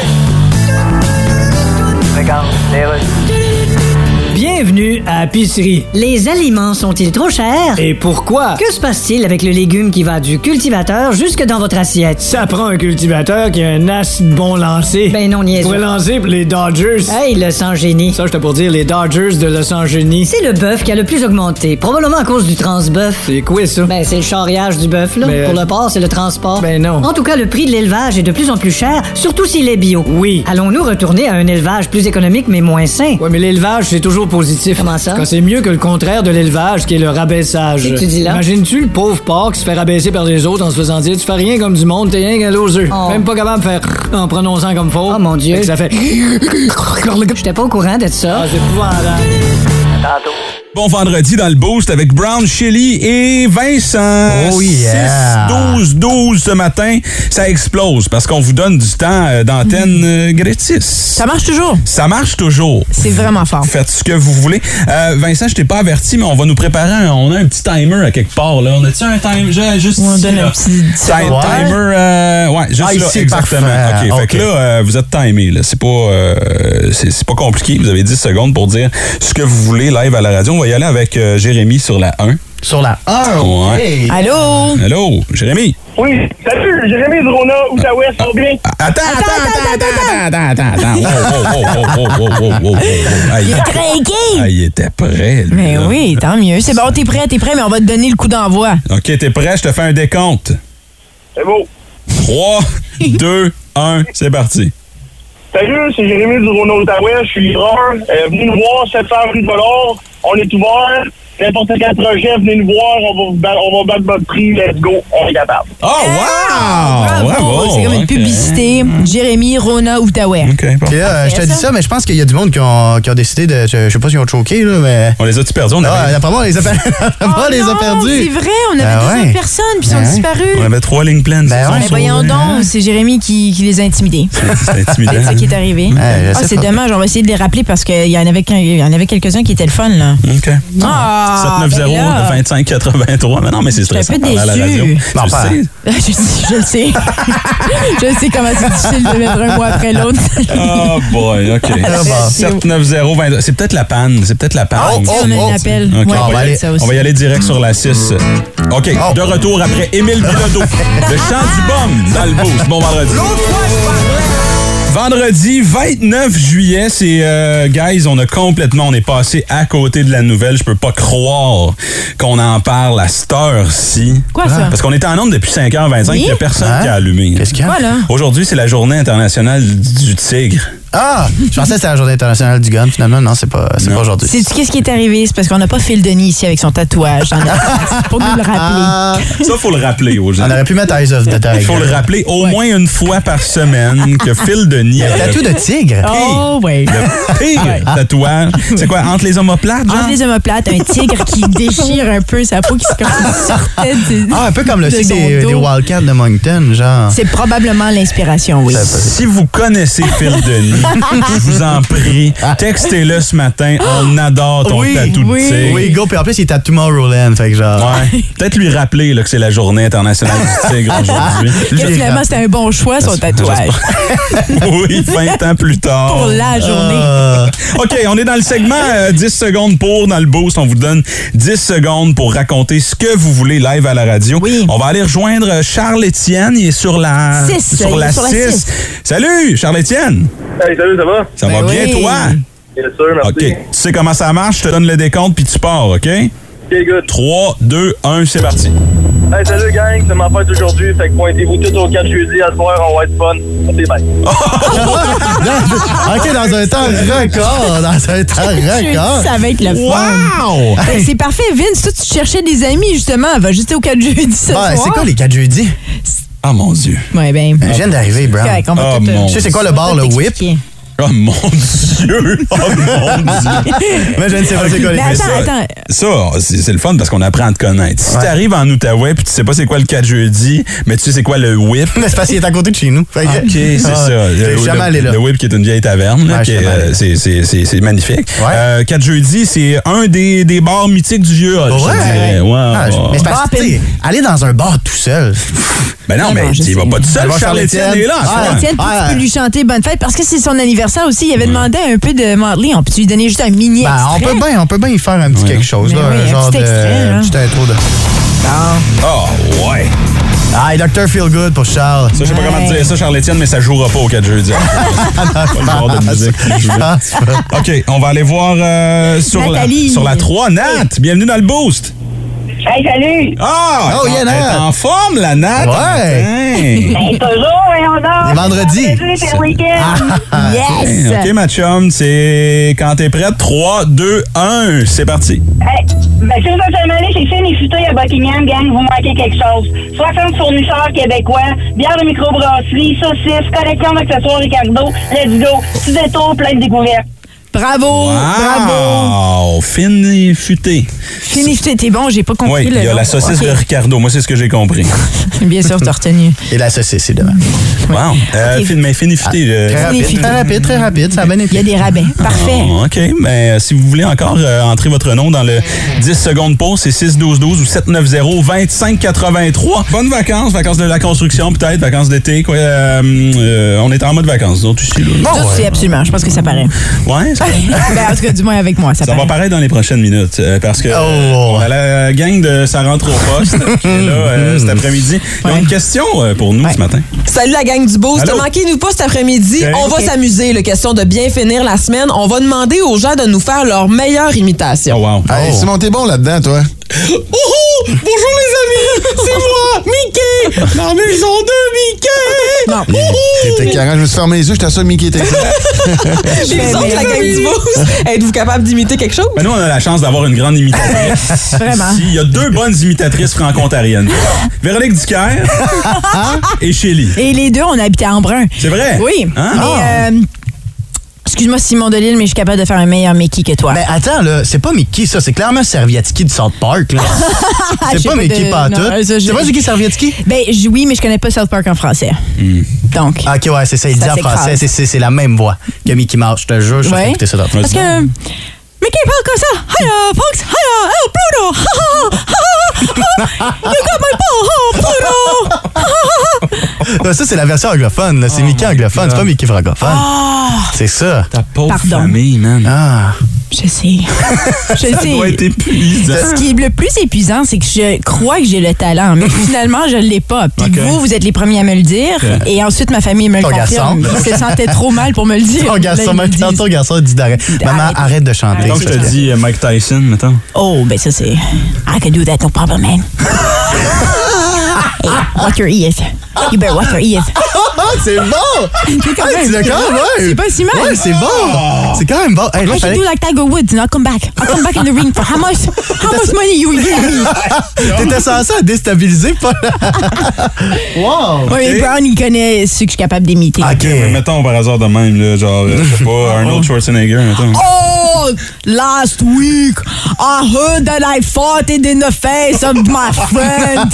Bienvenue à Pisserie.
Les aliments sont-ils trop chers?
Et pourquoi?
Que se passe-t-il avec le légume qui va du cultivateur jusque dans votre assiette?
Ça prend un cultivateur qui a un assez de bon lancer.
Ben non, niaiseux.
Pour lancer pour les Dodgers.
Hey, le sang-génie!
Ça, j'étais pour dire les Dodgers de Los Angeles.
C'est le bœuf qui a le plus augmenté, probablement à cause du transbœuf.
C'est quoi ça?
Ben, c'est le charriage du bœuf, là.
Mais, euh,
Pour le porc, c'est le transport.
Ben non.
En tout cas, le prix de l'élevage est de plus en plus cher, surtout s'il est bio.
Oui.
Allons-nous retourner à un élevage plus économique mais moins sain?
Ouais, mais l'élevage, c'est toujours positif. Comment ça?
Quand c'est mieux que le contraire de l'élevage, qui est le rabaissage.
Qu'est-ce que tu dis là?
Imagines-tu le pauvre porc qui se fait rabaisser par les autres en se faisant dire tu fais rien comme du monde, t'es rien qu'un loser.
Oh.
Même pas capable de faire en prononçant comme faux.
Oh mon Dieu.
Fait que ça fait.
J'étais pas au courant de ça.
Ah, c'est épouvantable.
Bon vendredi dans le boost avec Brown, Shelly et Vincent.
Oh yeah.
6-12-12 ce matin, ça explose parce qu'on vous donne du temps euh, d'antenne
Mm-hmm.
euh, gratis.
Ça marche toujours.
Ça marche toujours.
C'est vraiment fort.
Faites ce que vous voulez. Euh, Vincent, je t'ai pas averti, mais on va nous préparer. un- on a un petit timer à quelque part. Là. On a-tu un timer? Je- Juste
On
ici,
donne
là.
un petit- petit
Ti-
Ouais.
timer. euh, ouais, juste là,
Ah, ici,
exactement. OK,
parfait.
fait
OK.
que là, euh, vous êtes timé. là. C'est pas, euh, c'est c'est pas compliqué. Vous avez 10 secondes pour dire ce que vous voulez live à la radio. On va y aller avec euh, Jérémy sur la 1.
Sur la 1,
Ouais.
Allô?
Allô, Jérémy?
Oui, salut, Jérémy Drona, Outaouais, ça va bien?
Ah, Attends, attends, attends, attends, attends, attends, attends. Wow, wow, wow, wow, wow, wow, wow, wow. Ah, il
Il est
était-
craqué!
ah, il était prêt, lui,
Mais
là.
Ben oui, tant mieux. C'est bon, t'es prêt, t'es prêt, mais on va te donner le coup d'envoi.
OK, t'es prêt? Je te fais un décompte.
C'est beau.
3, 2, 1, c'est parti.
Salut, c'est Jérémy du Rhône Outaouais, je suis livreur. Euh, venez nous voir, 700 rue de Bollard. On est ouvert. N'importe quel projet, venez nous voir, on va, vous bat- on va battre votre prix, let's go, on est capable.
Oh,
Ah.
wow!
Bravo! Ah C'est comme une
OK.
publicité. Jérémy, Rona, Outaouais.
OK, bon.
Puis là, je te dis ça, mais je pense qu'il y a du monde qui ont, qui ont décidé de. Je, je sais pas s'ils ont choqué, là, mais.
On les a-tu perdus? On,
Ah,
avait-
d'après moi, on les a, per- d'après moi, on Oh, les a
Oh non, C'est
perdus.
vrai, on avait
Ah
deux
ouais.
autres personnes, puis ils sont
Ah ouais.
disparus.
on avait trois lignes pleines.
Ben
c'est
ouais.
ça,
Mais voyons donc, c'est Jérémy qui, qui les a intimidés.
C'est intimidant.
C'est ça qui est arrivé.
Ouais, je
Ah,
sais
c'est
pas.
dommage, on va essayer de les rappeler parce qu'il y en avait, qu'un- il y en avait quelques-uns qui étaient le fun, là.
OK.
Ah,
790
ben là.
25 83. Mais non, mais c'est
J'étais un
stressant
peu
de parler à la
déçue.
radio. Tu
Bon,
le
pas-
sais?
je, sais- je le sais. je sais comment c'est difficile de mettre un mois après l'autre.
Oh boy, OK.
Ah, bon.
790 22. C'est peut-être la panne. C'est peut-être la panne.
Oh, oh,
on a
oh.
un appel.
OK,
Ouais,
on, va
peut-être
aller-
ça
on
aussi.
va y aller direct sur la 6. OK,
Oh.
de retour après Émile Bilodeau. le chant du bum dans le boost. Bon vendredi. Vendredi 29 juillet, c'est euh, guys, on a complètement, on est passé à côté de la nouvelle. Je peux pas croire qu'on en parle à cette heure-ci.
Quoi, ça?
Parce qu'on était en nombre depuis 5h25, il
Oui?
n'y a personne
Hein?
qui a allumé.
Qu'est-ce qu'il y a?
Voilà.
Aujourd'hui, c'est la journée internationale du tigre.
Ah! Je pensais que c'était la journée internationale du gun, finalement. Non, c'est pas, c'est
Non.
pas aujourd'hui.
Sais-tu qu'est-ce qui est arrivé? C'est parce qu'on n'a pas Phil Denis ici avec son tatouage. dans notre place, pour nous le rappeler.
Ah!
Ça, faut le rappeler aux gens.
On aurait pu mettre Eyes of the Tiger.
Il faut le rappeler au moins une fois par semaine que Phil Denis a
Tatou de tigre.
Oh, ouais.
le pire tatouage. C'est quoi, entre les omoplates, genre?
Entre
Ah.
les omoplates, un tigre qui déchire un peu sa peau, qui se comme s'il sortait du-
Ah, un peu comme le
de
site
son
des,
dos.
des Wildcats de Moncton, genre.
C'est probablement l'inspiration, oui.
Si vous connaissez Phil Denis, je vous en prie, textez-le ce matin. On adore ton
Oui,
tatou
oui.
de tigre.
Oui, go. Puis en plus, il est à Tomorrowland, fait que genre.
Ouais. Peut-être lui rappeler là, que c'est la journée internationale du tigre aujourd'hui.
Que finalement, c'était un bon choix, son tatouage.
Oui, 20 ans plus tard.
Pour la journée.
Euh,
OK, on est dans le segment euh, 10 secondes pour dans le boost. On vous donne 10 secondes pour raconter ce que vous voulez live à la radio.
Oui.
On va aller rejoindre euh, Charles-Étienne. Il est sur la
Six, euh,
Sur
il est
la
sur la
6.
six.
Salut, Charles-Étienne.
Hey, salut, ça va?
Ça
Ben
va bien,
oui.
toi?
Bien sûr, merci.
OK. Tu sais comment ça marche? Je te donne le décompte puis tu pars, OK?
OK, good.
3, 2, 1, c'est parti.
Hey, salut, gang, c'est ma fête aujourd'hui, fait que pointez-vous tous au 4 jeudi à soir, on va être fun. C'est bien.
OK, dans un temps record. Dans un temps
Je dis
record.
ça va être le fun.
Wow!
Fait que C'est parfait, Vince. Toi, tu cherchais des amis, justement. Va juste au 4 jeudi ce
Ah,
soir.
c'est quoi les 4 jeudis?
Ah, mon Dieu.
Ouais, ben,
Je viens d'arriver, Brown.
correct, on va
Ah,
tout, euh,
mon
Tu sais, c'est quoi le bar, le whip?
t'expliquer.
Oh, mon Dieu! Oh, mon Dieu!
Mais je ne sais pas c'est quoi les
Mais Ben,
Mais
attends,
ça-
attends.
Ça, c'est c'est le fun parce qu'on apprend à te connaître. Si t'arrives en Outaouais puis tu sais pas c'est quoi le 4 jeudi, mais tu sais c'est quoi le whip.
Mais c'est parce qu'il est à côté de chez nous. Fait que-
OK, c'est
Ah,
ça.
J'ai jamais
le,
allé là.
le whip qui est une vieille taverne. là,
Ouais,
qui est,
jamais allé
euh,
là.
c'est- c'est- c'est c'est magnifique.
Ouais.
Euh, 4 jeudi, c'est un des, des bars mythiques du vieux. Hall, je te
Oh, Ouais.
dirais. Ouais,
Ah, je-
ouais.
mais c'est parce que,
Bar,
tu sais, aller dans un bar tout seul.
Ben non, mais
Non, je
tu y vas
sais.
pas tout
Allez
seul.
voir
Charles-Étienne est
Charles-Étienne.
là. en ce
Ah,
moment.
Étienne, puis
Ah.
tu peux lui chanter bonne fête parce que c'est son anniversaire aussi. Il avait demandé un peu de Motley. On peut lui donner juste un mini
Ben, on
extrait?
peut bien, on peut bien y faire un petit quelque chose,
Mais
là.
oui,
un
un
genre
petit
de.
extrait, hein. là.
un petit intro de.
Oh, ouais.
Ah, Dr. Feel Good pour Charles.
Ça, je sais pas
Ouais.
comment te dire ça, Charles-Étienne, mais ça jouera pas au 4 jeudi. pas le genre de musique qui joue.
Ah, c'est vrai.
OK, on va aller voir euh, sur, la,
Nathalie.
sur la 3. Nat, bienvenue dans le boost.
Hey, salut!
Ah!
Oh,
elle est en-
Yana!
elle est en forme, la natte!
Ouais.
Hein.
Ben, toujours, voyons donc!
Ah,
C'est vendredi.
Vendredi, C'est le
Ah.
week-end!
Yes!
Eh, OK, ma chum, c'est quand t'es prête. 3, 2, 1, c'est parti.
Hey, ben, si vous êtes un allé chez Finn et Futé à Buckingham, gang, vous manquez quelque chose. 60 fournisseurs québécois, bière de microbrasserie, saucisses, collection d'accessoires Ricardo, let's go, petit détour, plein de découvertes.
Bravo! Oh, Bravo!
Wow! Fine et futée.
Fini, t'es bon, j'ai pas compris
Oui,
le
il y a
nom.
la saucisse de Ricardo. Moi, c'est ce que j'ai compris.
Ok. Bien sûr, t'as retenu.
Et la saucisse, c'est devant.
Ben,
Wow! Euh,
Ok.
fine- mais fine et futée, je-
Très rapide,
Magnifique.
très rapide, très rapide. Ça a bien
Il y a
été.
des rabais. Parfait.
Ah, OK. Mais euh, si vous voulez encore euh, entrer votre nom dans le 10 secondes pause, c'est 61212 ou 790-2583. Bonnes vacances, vacances de la construction peut-être, vacances d'été. quoi. Euh, euh, on est en mode vacances, nous autres ici. Là.
Ça, tu sais absolument. Je pense que ça paraît.
Ouais, ça,
Ben, en tout cas, du moins avec moi, ça,
ça va
paraît.
paraître dans les prochaines minutes euh, parce que euh,
Oh.
on a la euh, gang de Ça rentre au poste qui est là euh, cet après-midi. Ils ont une question euh, pour nous ce matin.
Salut la gang du Boost.
Allô?
Manquez-nous pas cet après-midi.
Ok.
On va
Ok.
s'amuser. Le question de bien finir la semaine. On va demander aux gens de nous faire leur meilleure
Oh,
imitation.
wow. Oh.
Hey, Simon, t'es bon là-dedans, toi.
Ouhou! Bonjour les amis! C'est moi, Mickey! La maison de Mickey!
T'étais carré, je me suis fermé les yeux, j'étais sûr que Mickey était là.
Les autres, la gang du Boost, êtes-vous capable d'imiter quelque chose?
Ben, nous, on a la chance d'avoir une grande imitatrice.
Vraiment.
Ici, Il y a deux bonnes imitatrices franco-ontariennes. Véronique Ducaire et Shelly.
Et les deux, on habitait à Embrun.
C'est vrai?
Oui.
Hein?
Mais, euh, excuse-moi, Simon Delille, mais je suis capable de faire un meilleur Mickey que toi.
Ben-
Mais Ben, attends, là, c'est pas Mickey, ça. C'est clairement Servietski de South Park, là.
je sais
C'est pas
pas
Mickey
de- non,
Pantoute.
ça, je-
C'est pas Mickey Servietski?
Ben, j- oui, mais je connais pas South Park en français.
Hmm.
Donc.
Ah, Ok, ouais, c'est ça. Il
Ça
dit en
s'écrase.
français, c'est- c'est c'est la même voix que Mickey Mouse. Je te jure, je suis
Ouais.
écouter ça tantôt.
Parce que. euh, Mickey parle comme ça. Hiya, folks. Hiya. Oh, Pluto. Ha, ha, ha, ha, ha. You got my ball. Oh, Pluto.
Non, Ça, c'est la version anglophone. là.
Oh
C'est Mickey anglophone, c'est pas Mickey francophone.
Ah!
C'est ça.
Ta pauvre
Pardon.
famille, man.
Ah.
Je sais. Je
Ça doit
sais.
être épuisant.
Ce qui est le plus épuisant, c'est que je crois que j'ai le talent, mais finalement, je ne l'ai pas. Puis
Ok.
vous, vous êtes les premiers à me le dire,
Ok.
et ensuite, ma famille me le
Ton
confirme.
garçon.
Ils se sentaient trop mal pour me le dire.
Ton garçon,
Là, ils me
maintenant,
disent,
ton garçon dit d'arrêter. Maman,
Arrête.
arrête de chanter.
Donc, je te dis euh, Mike Tyson, mettons.
Oh, ben ça, c'est... I can do that, no problem, man. Hey, watch your ears. You better watch your ears.
Ah, c'est bon! Ah, tu l'as quand même,
C'est pas si mal.
Ouais, c'est
Ah!
bon! C'est quand même bon. Hey, là,
I should
fallait-
do like Tiger Woods, and I'll come back. I'll come back in the ring for how much, how much money you will give me.
T'étais censé à déstabiliser, Paul. wow!
Oui, mais Brown, il connaît ceux que je suis capable d'imiter.
OK.
Euh, Mettons par hasard de même, là, genre, euh, je sais pas, Arnold Schwarzenegger, mettons.
Oh, last week, I heard that I fought in the face of my friend.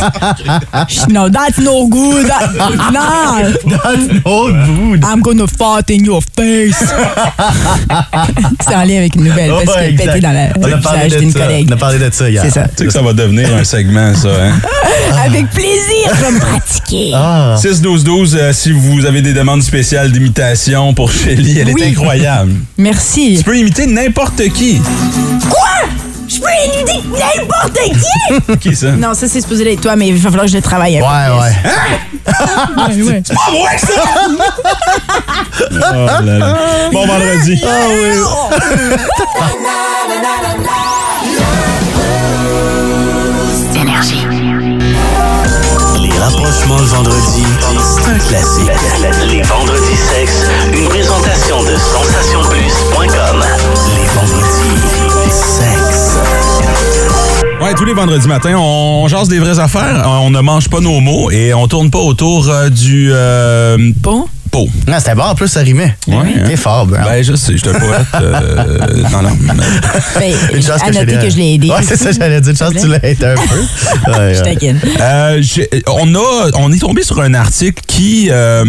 No, that's no good. That- no,
Oh, good.
I'm gonna fight in your face. C'est en lien avec une nouvelle, parce
Ouais,
que
exact.
pété dans la,
On
le
a parlé
visage
de
d'une
ça. On
collègue.
a parlé de ça Ah. hier.
C'est ça.
Tu sais que ça va devenir un segment, ça, hein?
Avec plaisir, je vais me pratiquer.
Ah.
6-12-12, euh, si vous avez des demandes spéciales d'imitation pour Shelly, elle
Oui.
est incroyable.
Merci.
Tu peux imiter n'importe qui.
Quoi? Je peux imiter n'importe qui?
Qui ça?
Non, ça, c'est supposé être toi, mais il va falloir que je le travaille. un peu.
Ouais, ouais.
Hein? Ouais, ouais.
Ah Oh là là. Bon vendredi.
Ah
Les rapprochements le vendredi, c'est un classique. Les vendredis sexes, une présentation de sensationplus.com. Les vendredis sexes.
Ouais, tous les vendredis matins, on jase des vraies affaires, on ne mange pas nos mots et on tourne pas autour euh, du euh,
Bon.
pot.
Non, c'était bon. En plus, ça rimait.
Ouais, hein?
T'es fort, bro.
Ah.
Ben, je sais, je te poète. Euh, non, non.
Ben,
Une chance
à
que je
noter
l'ai-
que je l'ai aidé.
Ouais, c'est ça, j'allais dire. Une chance que tu l'as aidé un peu. Ouais,
Je
ouais.
taquine.
Euh, j'ai- on, a, on est tombé sur un article qui euh,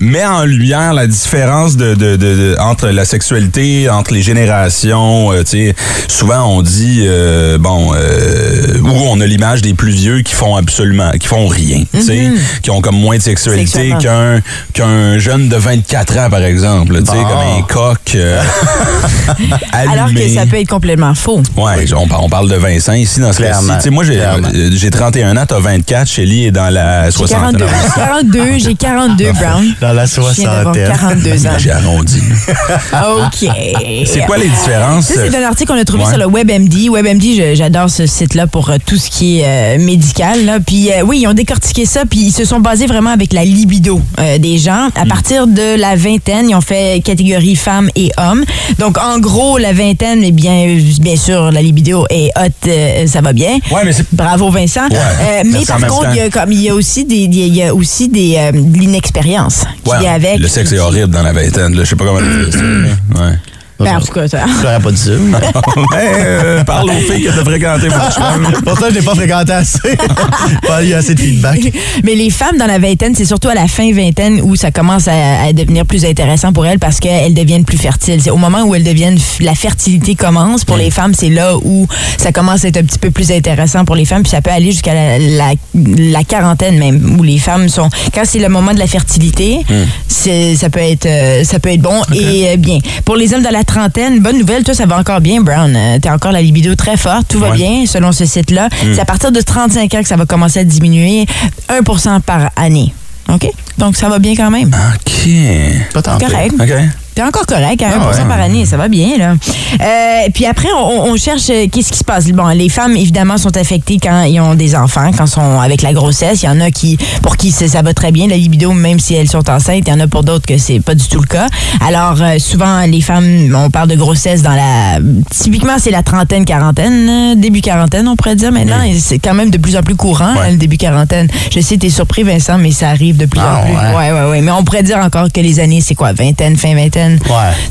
met en lumière la différence de, de- de- de- entre la sexualité, entre les générations. euh, tu sais, souvent, on dit, euh, bon, euh, ou on a l'image des plus vieux qui font absolument, qui font rien, tu sais, qui ont comme moins de sexualité
Mm-hmm. Sexuellement.
qu'un qu'un un jeune de 24 ans, par exemple, tu sais,
Bon.
comme un coq euh, allumé.
Bah. Alors que ça peut être complètement faux.
Ouais, on, par- on parle de Vincent ici dans ce cas-ci.
Clairement,
Tu sais, Moi, j'ai euh, j'ai 31 ans, t'as 24, Shelly est dans la
J'ai
60
42, 42 j'ai 42, Brown.
Dans la
Je viens d'avoir 42 ans.
J'ai arrondi.
OK.
C'est quoi les différences?
Ça, c'est un article qu'on a trouvé
Ouais.
sur le WebMD. WebMD, je- j'adore ce site-là pour euh, tout ce qui est euh, médical. là. Puis euh, oui, ils ont décortiqué ça, puis ils se sont basés vraiment avec la libido euh, des gens.
Hmm.
À partir de la vingtaine, ils ont fait catégorie femmes et hommes. Donc, en gros, la vingtaine, eh bien, euh, bien sûr, la libido est haute, euh, ça va bien.
Ouais, mais c'est-
Bravo, Vincent.
Ouais,
Euh, mais
merci en
par
même
contre,
temps.
il y, a comme, il y a aussi des, il y a aussi des, euh, de l'inexpérience qui
Ouais,
est avec.
Le sexe est horrible dans la vingtaine. là. Je sais pas comment dire ça. mais- Ouais.
Ben, en tout cas, ça-
n'aurais pas dit ça.
Mais, euh, parle aux filles que t'as fréquenté pour
Pour ça, je l'ai pas fréquenté assez. pas eu assez de feedback.
Mais les femmes dans la vingtaine, c'est surtout à la fin vingtaine où ça commence à, à devenir plus intéressant pour elles parce qu'elles deviennent plus fertiles. C'est au moment où elles deviennent f- la fertilité commence pour les femmes, c'est là où ça commence à être un petit peu plus intéressant pour les femmes puis ça peut aller jusqu'à la, la- la quarantaine même où les femmes sont quand c'est le moment de la fertilité, c'est ça peut être euh, ça peut être bon et euh, bien. Pour les hommes dans la trentaine, bonne nouvelle, toi ça va encore bien Brown, Euh, t'as encore la libido très forte, tout va
Ouais.
bien bien, selon ce site-là.
Mm.
C'est à partir de 35 ans que ça va commencer à diminuer 1 par année. OK? Donc, ça va bien quand même.
OK. Pas
tant pis. Correct.
OK.
T'es encore correct à 1
Ah ouais.
par année, ça va bien, là. Euh, puis après, on, on cherche euh, qu'est-ce qui se passe. Bon, les femmes, évidemment, sont affectées quand ils ont des enfants, quand ils sont avec la grossesse. Il y en a qui, pour qui c'est- ça va très bien, la libido, même si elles sont enceintes. Il y en a pour d'autres que c'est pas du tout le cas. Alors, euh, souvent, les femmes, on parle de grossesse dans la... Typiquement, c'est la trentaine, quarantaine, euh, début quarantaine, on pourrait dire maintenant. Et c'est quand même de plus en plus courant, hein, le début quarantaine. Je sais, t'es surpris, Vincent, mais ça arrive de plus
Ah,
en plus. Ouais, ouais, ouais. Mais on pourrait dire encore que les années, c'est quoi? Vingtaine, fin vingtaine?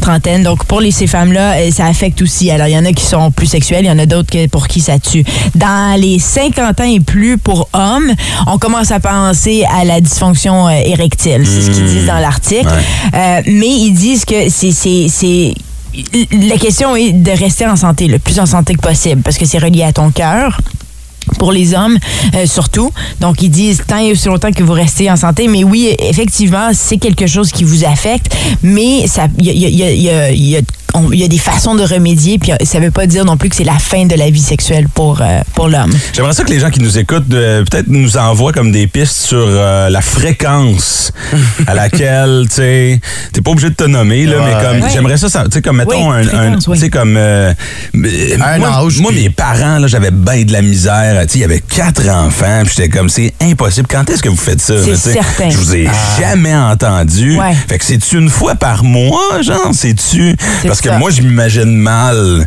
trentaine. Donc, pour les, ces femmes-là, euh, ça affecte aussi. Alors, il y en a qui sont plus sexuelles, il y en a d'autres que- pour qui ça tue. Dans les 50 ans et plus pour hommes, on commence à penser à la dysfonction euh, érectile. C'est ce qu'ils disent dans l'article. Euh, mais ils disent que c'est- c'est- c'est la question est de rester en santé, le plus en santé que possible, parce que c'est relié à ton cœur. Pour les hommes, euh, surtout. Donc, ils disent tant et aussi longtemps que vous restez en santé. Mais oui, effectivement, c'est quelque chose qui vous affecte, mais ça- il y a, il y a- il y a- il y a- il y a- on- il y a des façons de remédier. Puis, ça ne veut pas dire non plus que c'est la fin de la vie sexuelle pour, euh, pour l'homme.
J'aimerais ça que les gens qui nous écoutent euh, peut-être nous envoient comme des pistes sur euh, la fréquence à laquelle, tu sais, t'es pas obligé de te nommer, là, mais comme,
Ouais.
j'aimerais ça, ça- tu sais, comme, mettons,
Oui,
un- un,
fréquence, oui.
tu sais, comme, euh,
Un
moi,
âge,
moi, mes parents, là, j'avais bien de la misère, tu sais, il y avait quatre enfants, puis j'étais comme, c'est impossible, quand est-ce que vous faites ça?
C'est
là, tu sais?
certain.
Je vous ai jamais entendu.
Ouais.
Fait que c'est-tu une fois par mois, genre, c'est-tu?
C'est
Parce que
ça.
moi, je m'imagine mal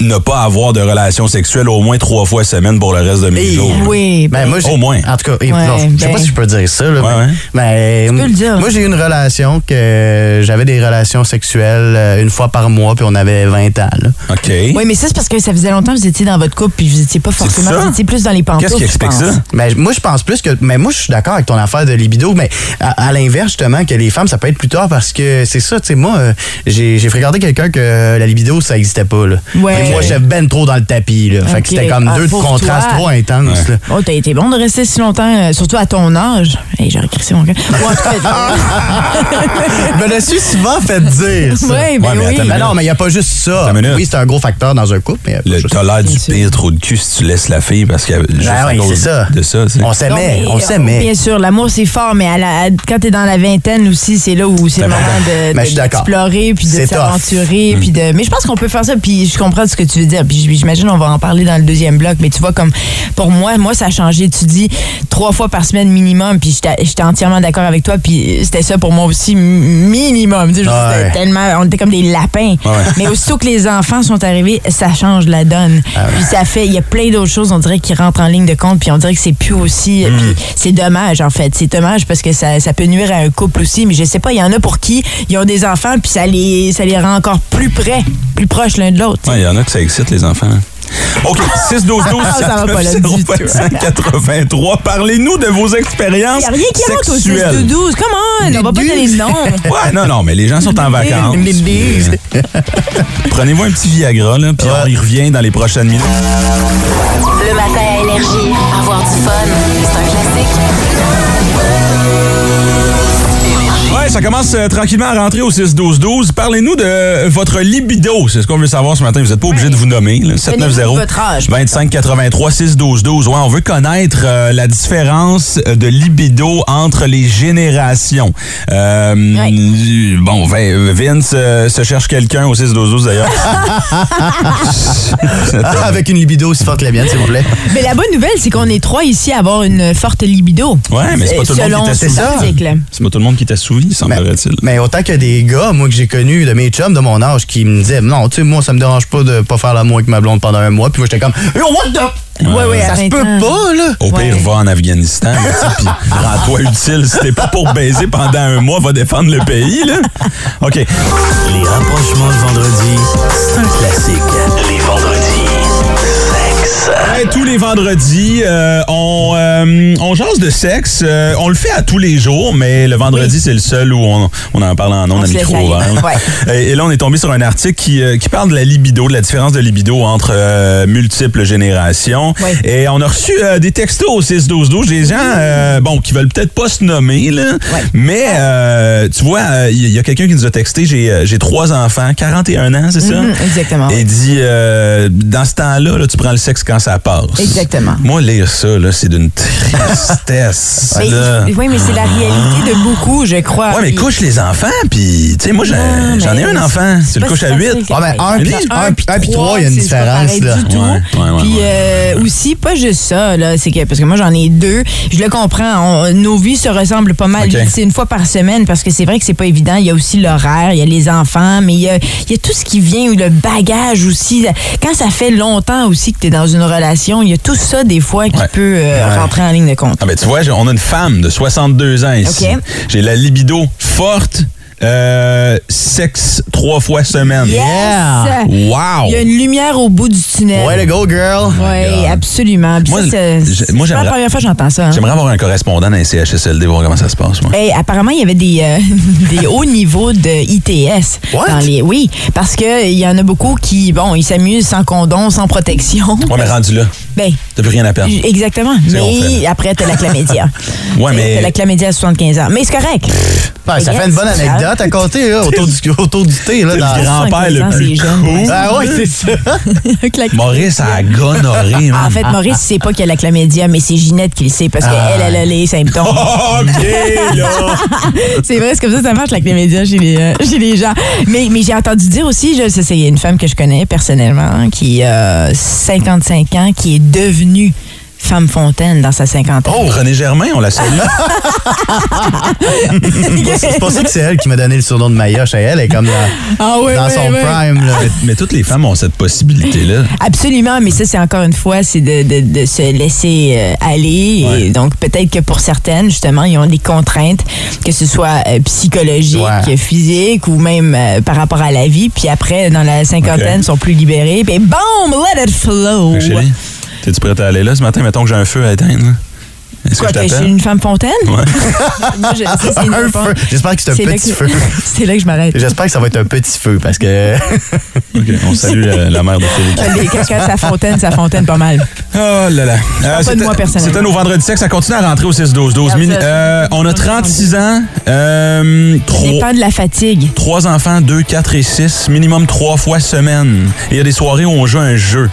ne pas avoir de relations sexuelles au moins trois fois semaine pour le reste de mes jours.
Oui,
Ben, moi, j'ai-
Au moins.
En tout cas, eh,
Ouais,
non, je sais
ben.
pas si je peux dire ça, là,
Ouais, ouais.
mais, mais,
peux le dire.
moi, j'ai eu une relation que euh, j'avais des relations sexuelles euh, une fois par mois, puis on avait 20 ans. là.
OK.
Oui, mais ça, c'est parce que ça faisait longtemps que vous étiez dans votre couple, puis vous n'étiez pas forcément,
ça?
vous étiez plus dans les pantoufles.
Qu'est-ce qui
je
explique
pense.
ça?
Mais Ben, moi, je pense plus que. Mais moi, je suis d'accord avec ton affaire de libido, mais à, à l'inverse, justement, que les femmes, ça peut être plus tard parce que c'est ça, tu sais, moi, euh, j'ai j'ai fréquenté quelqu'un que euh, la libido, ça n'existait pas, là.
Ouais.
Fait que Moi, j'étais ben trop dans le tapis, là. Fait
Ok.
que c'était comme
Ah,
deux
pour
contrastes
toi.
trop intenses, là.
Oh, t'as été bon de rester si longtemps, euh, surtout à ton âge. Hey, j'aurais crissé mon gars. Ouais, en tout cas,
Je me le suis souvent fait dire. Ça.
Ouais, ben
Ouais, mais
oui.
attends,
Mais non, mais il n'y a pas juste ça.
Attends une minute.
Oui, c'est un gros facteur dans un couple, mais y a pas
Le
juste
t'as l'air du
Bien sûr. Ben
pire trou de cul si tu laisses la fille parce qu'elle juste
Ah
à
ouais,
cause
c'est ça.
de ça. tu sais.
On
Non,
s'aimait,
mais,
on
euh,
s'aimait.
Bien sûr, l'amour, c'est fort, mais à la- à- quand t'es dans la vingtaine aussi, c'est là où c'est le moment de,
Ben,
de-
je suis d'accord.
d'explorer, puis de
C'est tough. Hmm.
s'aventurer. puis de. Mais je pense qu'on peut faire ça, puis je comprends ce que tu veux dire. Puis j'imagine, on va en parler dans le deuxième bloc. Mais tu vois, comme pour moi, moi, ça a changé. Tu dis trois fois par semaine minimum, puis j'étais j'étais entièrement d'accord avec toi. Puis c'était ça pour moi aussi, m- minimum. Tu sais, je veux dire,
Ouais.
c'était tellement, on était comme des lapins. Mais aussitôt que les enfants sont arrivés, ça change la donne.
Ah
Puis ça fait, il y a plein d'autres choses, on dirait, qui rentrent en ligne de compte, puis on dirait que c'est plus aussi.
Hmm.
puis c'est dommage, en fait. C'est dommage parce que ça, ça peut nuire à un couple aussi, mais je sais pas, il y en a pour qui ils ont des enfants, puis ça les, ça les rend encore plus près, plus proches l'un de l'autre.
Ouais, Il y en a que ça excite, les enfants. hein. OK, 6 12 12
Ah, ça va pas là,
79
du tout.
05 83 Parlez-nous de vos expériences
Il a rien qui rentre au 6 de
sexuelles.
12. Come on, on va pas donner le nom.
Ouais, non, non, mais les gens sont en vacances. puis, euh, Prenez-vous un petit Viagra, là, puis on y revient dans les prochaines minutes.
Le matin à Énergie. Avoir du fun, c'est un classique.
Ouais, Ouais, ça commence euh, tranquillement à rentrer au 6-12-12. Parlez-nous de euh, votre libido. C'est ce qu'on veut savoir ce matin. Vous n'êtes pas obligé de vous nommer. là.
Donnez-nous
790
votre âge,
25 83 6-12-12. Ouais, on veut connaître euh, la différence euh, de libido entre les générations. Euh, euh, Bon, Vin- Vince euh, se cherche quelqu'un au 6-12-12 d'ailleurs.
Avec une libido aussi forte que la mienne, s'il vous plaît.
Mais la bonne nouvelle, c'est qu'on est trois ici à avoir une forte libido.
Ouais, mais c'est pas tout le monde
Selon
qui est Ben,
cet
assouvi.
article.
C'est pas tout le monde qui est assouvi, semblerait-il.
Mais autant que des gars, moi, que j'ai connus de mes chums de mon âge, qui me disaient, non, tu sais, moi, ça me dérange pas de pas faire l'amour avec ma blonde pendant un mois. Puis moi, j'étais comme, yo, what the?
Ouais, ouais,
ça
à
se
20
peut
ans.
pas, là.
Au pire, va en Afghanistan, là, tu sais, puis rends-toi utile. Si t'es pas pour baiser pendant un mois, va défendre le pays, là. OK.
Les rapprochements le vendredi, c'est un classique. Les vendredis, sexe.
Ouais, tous les vendredis, euh, on, euh, on jase de sexe. Euh, on le fait à tous les jours, mais le vendredi, c'est le seul où on, on en parle en ondes
On
à
se laisse
micro
aller.
ouvert. Et, et là, on est tombé sur un article qui, euh, qui parle de la libido, de la différence de libido entre euh, multiples générations. Et on a reçu euh, des textos au 6-12-12, des gens euh, bon, qui veulent peut-être pas se nommer, là, mais euh, tu vois, euh, il y a- il y a quelqu'un qui nous a texté, j'ai euh, j'ai trois enfants, 41 ans, c'est ça?
Mhm, exactement.
Et dit, euh, dans ce temps-là, là, tu prends le sexe quand ça passe.
Exactement.
Moi, lire ça, là, c'est d'une tristesse. Ah,
Mais-
là.
oui, mais c'est la réalité de beaucoup, je crois.
Ouais, mais
Puis-
couche les enfants, puis, tu sais, moi, j'ai-
Non,
j'en ai
mais
un enfant. Tu
c'est
le
pas
couches
si
à
facile
8.
que ça.
Ah, ben, un puis- un puis- un puis trois, il y a une
c'est pas
différence,
pareil
là.
Du tout.
Ouais, ouais, ouais,
Puis euh, aussi, pas juste ça, là, c'est que, parce que moi j'en ai deux, je le comprends, on- nos vies se ressemblent pas mal.
Ok.
C'est une fois par semaine parce que c'est vrai que c'est pas évident. Il y a aussi l'horaire, il y a les enfants, mais il y a, il y a tout ce qui vient, le bagage aussi. Quand ça fait longtemps aussi que tu es dans une relation, il y a tout ça des fois qui peut euh,
Ouais.
rentrer en ligne de compte.
Ah ben tu vois, j'ai- on a une femme de 62 ans ici.
Ok.
J'ai la libido forte. euh, sexe trois fois semaine.
Yes!
Wow!
Il y a une lumière au bout du tunnel.
Way to go, girl!
Oui, absolument. Puis
Moi,
ça, c'est-
j'ai- moi,
c'est pas
j'aimerais-
la première fois que j'entends ça. hein.
J'aimerais avoir un correspondant dans les CHSLD, voir comment ça se passe, moi.
Hey, apparemment, il y avait des, euh, des hauts niveaux de ITS. Dans les, oui, parce qu'il y en a beaucoup qui, bon, ils s'amusent sans condom, sans protection.
Ouais, mais rendu là.
Ben,
T'as plus rien à perdre.
exactement.
C'est qu'on fait,
Mais après, t'as la chlamydia.
Ouais,
T'as la
mais.
chlamydia à 75 ans. Mais c'est correct.
Ouais, ça
Yes,
fait une bonne
ça.
anecdote à compter là, autour, du, autour du thé. Là,
C'est le grand-père le plus
C'est jeune, ouais.
cool.
Ah ouais, c'est ça.
Un claque-
Maurice a gonoré,
En fait, Maurice, il sait pas qu'il y a la chlamydia, mais c'est Ginette qui le sait parce qu'elle,
Ah.
elle, elle a les symptômes.
Ah.
OK, là!
c'est vrai, c'est comme ça que ça marche, la chlamydia chez les, euh, chez les gens. Mais, mais j'ai entendu dire aussi, je, c'est- c'est une femme que je connais personnellement, hein, qui a 55 ans, qui est devenue femme fontaine dans sa cinquantaine.
Oh, René Germain, on la salue.
C'est pour ça que c'est elle qui m'a donné le surnom de Mayoche à elle. Elle est comme dans,
Ah oui,
dans
oui,
son
oui.
prime. là.
mais, mais toutes les femmes ont cette possibilité-là.
Absolument, mais ça, c'est encore une fois, c'est de, de- de se laisser euh, aller. Et donc, peut-être que pour certaines, justement, ils ont des contraintes, que ce soit euh, psychologique,
Ouais.
physique ou même euh, par rapport à la vie. Puis après, dans la cinquantaine, ils sont plus libérés. Puis boom, let it flow.
Fait que, Chérie, t'es-tu prête à aller là ce matin? Mettons que j'ai un feu à éteindre. là. Est-ce que
Quoi,
je
que je
t'appelle?
suis une femme fontaine?
Ouais.
Moi, je- ça, c'est une
Un
réponse.
feu. J'espère que c'est un
là
petit
que-
feu.
c'est là que je m'arrête.
J'espère que ça va être un petit feu parce que.
OK, on salue la, la mère de Félix.
Les cacahuètes, ça fontaine, ça fontaine pas mal.
Oh là là.
parle pas de
c'était-
moi personnellement.
C'était nos vendredis sexe. Ça continue à rentrer au 6-12-12. Mini-
Regarde ça.
euh, on a 36 ans. Euh,
Ça
Oh.
trois,
dépend de la fatigue.
trois enfants, 2, 4 et 6. Minimum 3 fois semaine. Et il y a des soirées où on joue à un jeu.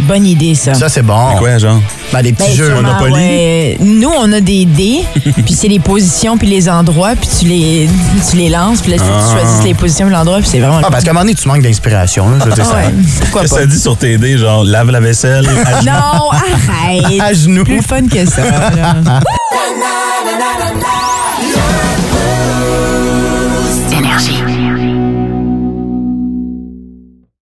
Bonne idée, ça.
Ça, c'est bon.
C'est quoi, genre?
Ben, des petits
Ben,
jeux.
sûrement, ouais. Nous, on a des dés, puis c'est les positions, puis les endroits, puis tu les, tu les lances, puis là,
Ah.
tu choisis les positions, puis l'endroit, puis c'est vraiment...
Ah, parce qu'à un moment donné, tu manques d'inspiration. là, je veux dire, ça-
Ah, Ouais, pourquoi
Qu'est-ce que
pas?
ça dit sur tes dés? Genre, lave la vaisselle. à genoux.
Non, arrête!
genoux.
Plus fun que ça. là.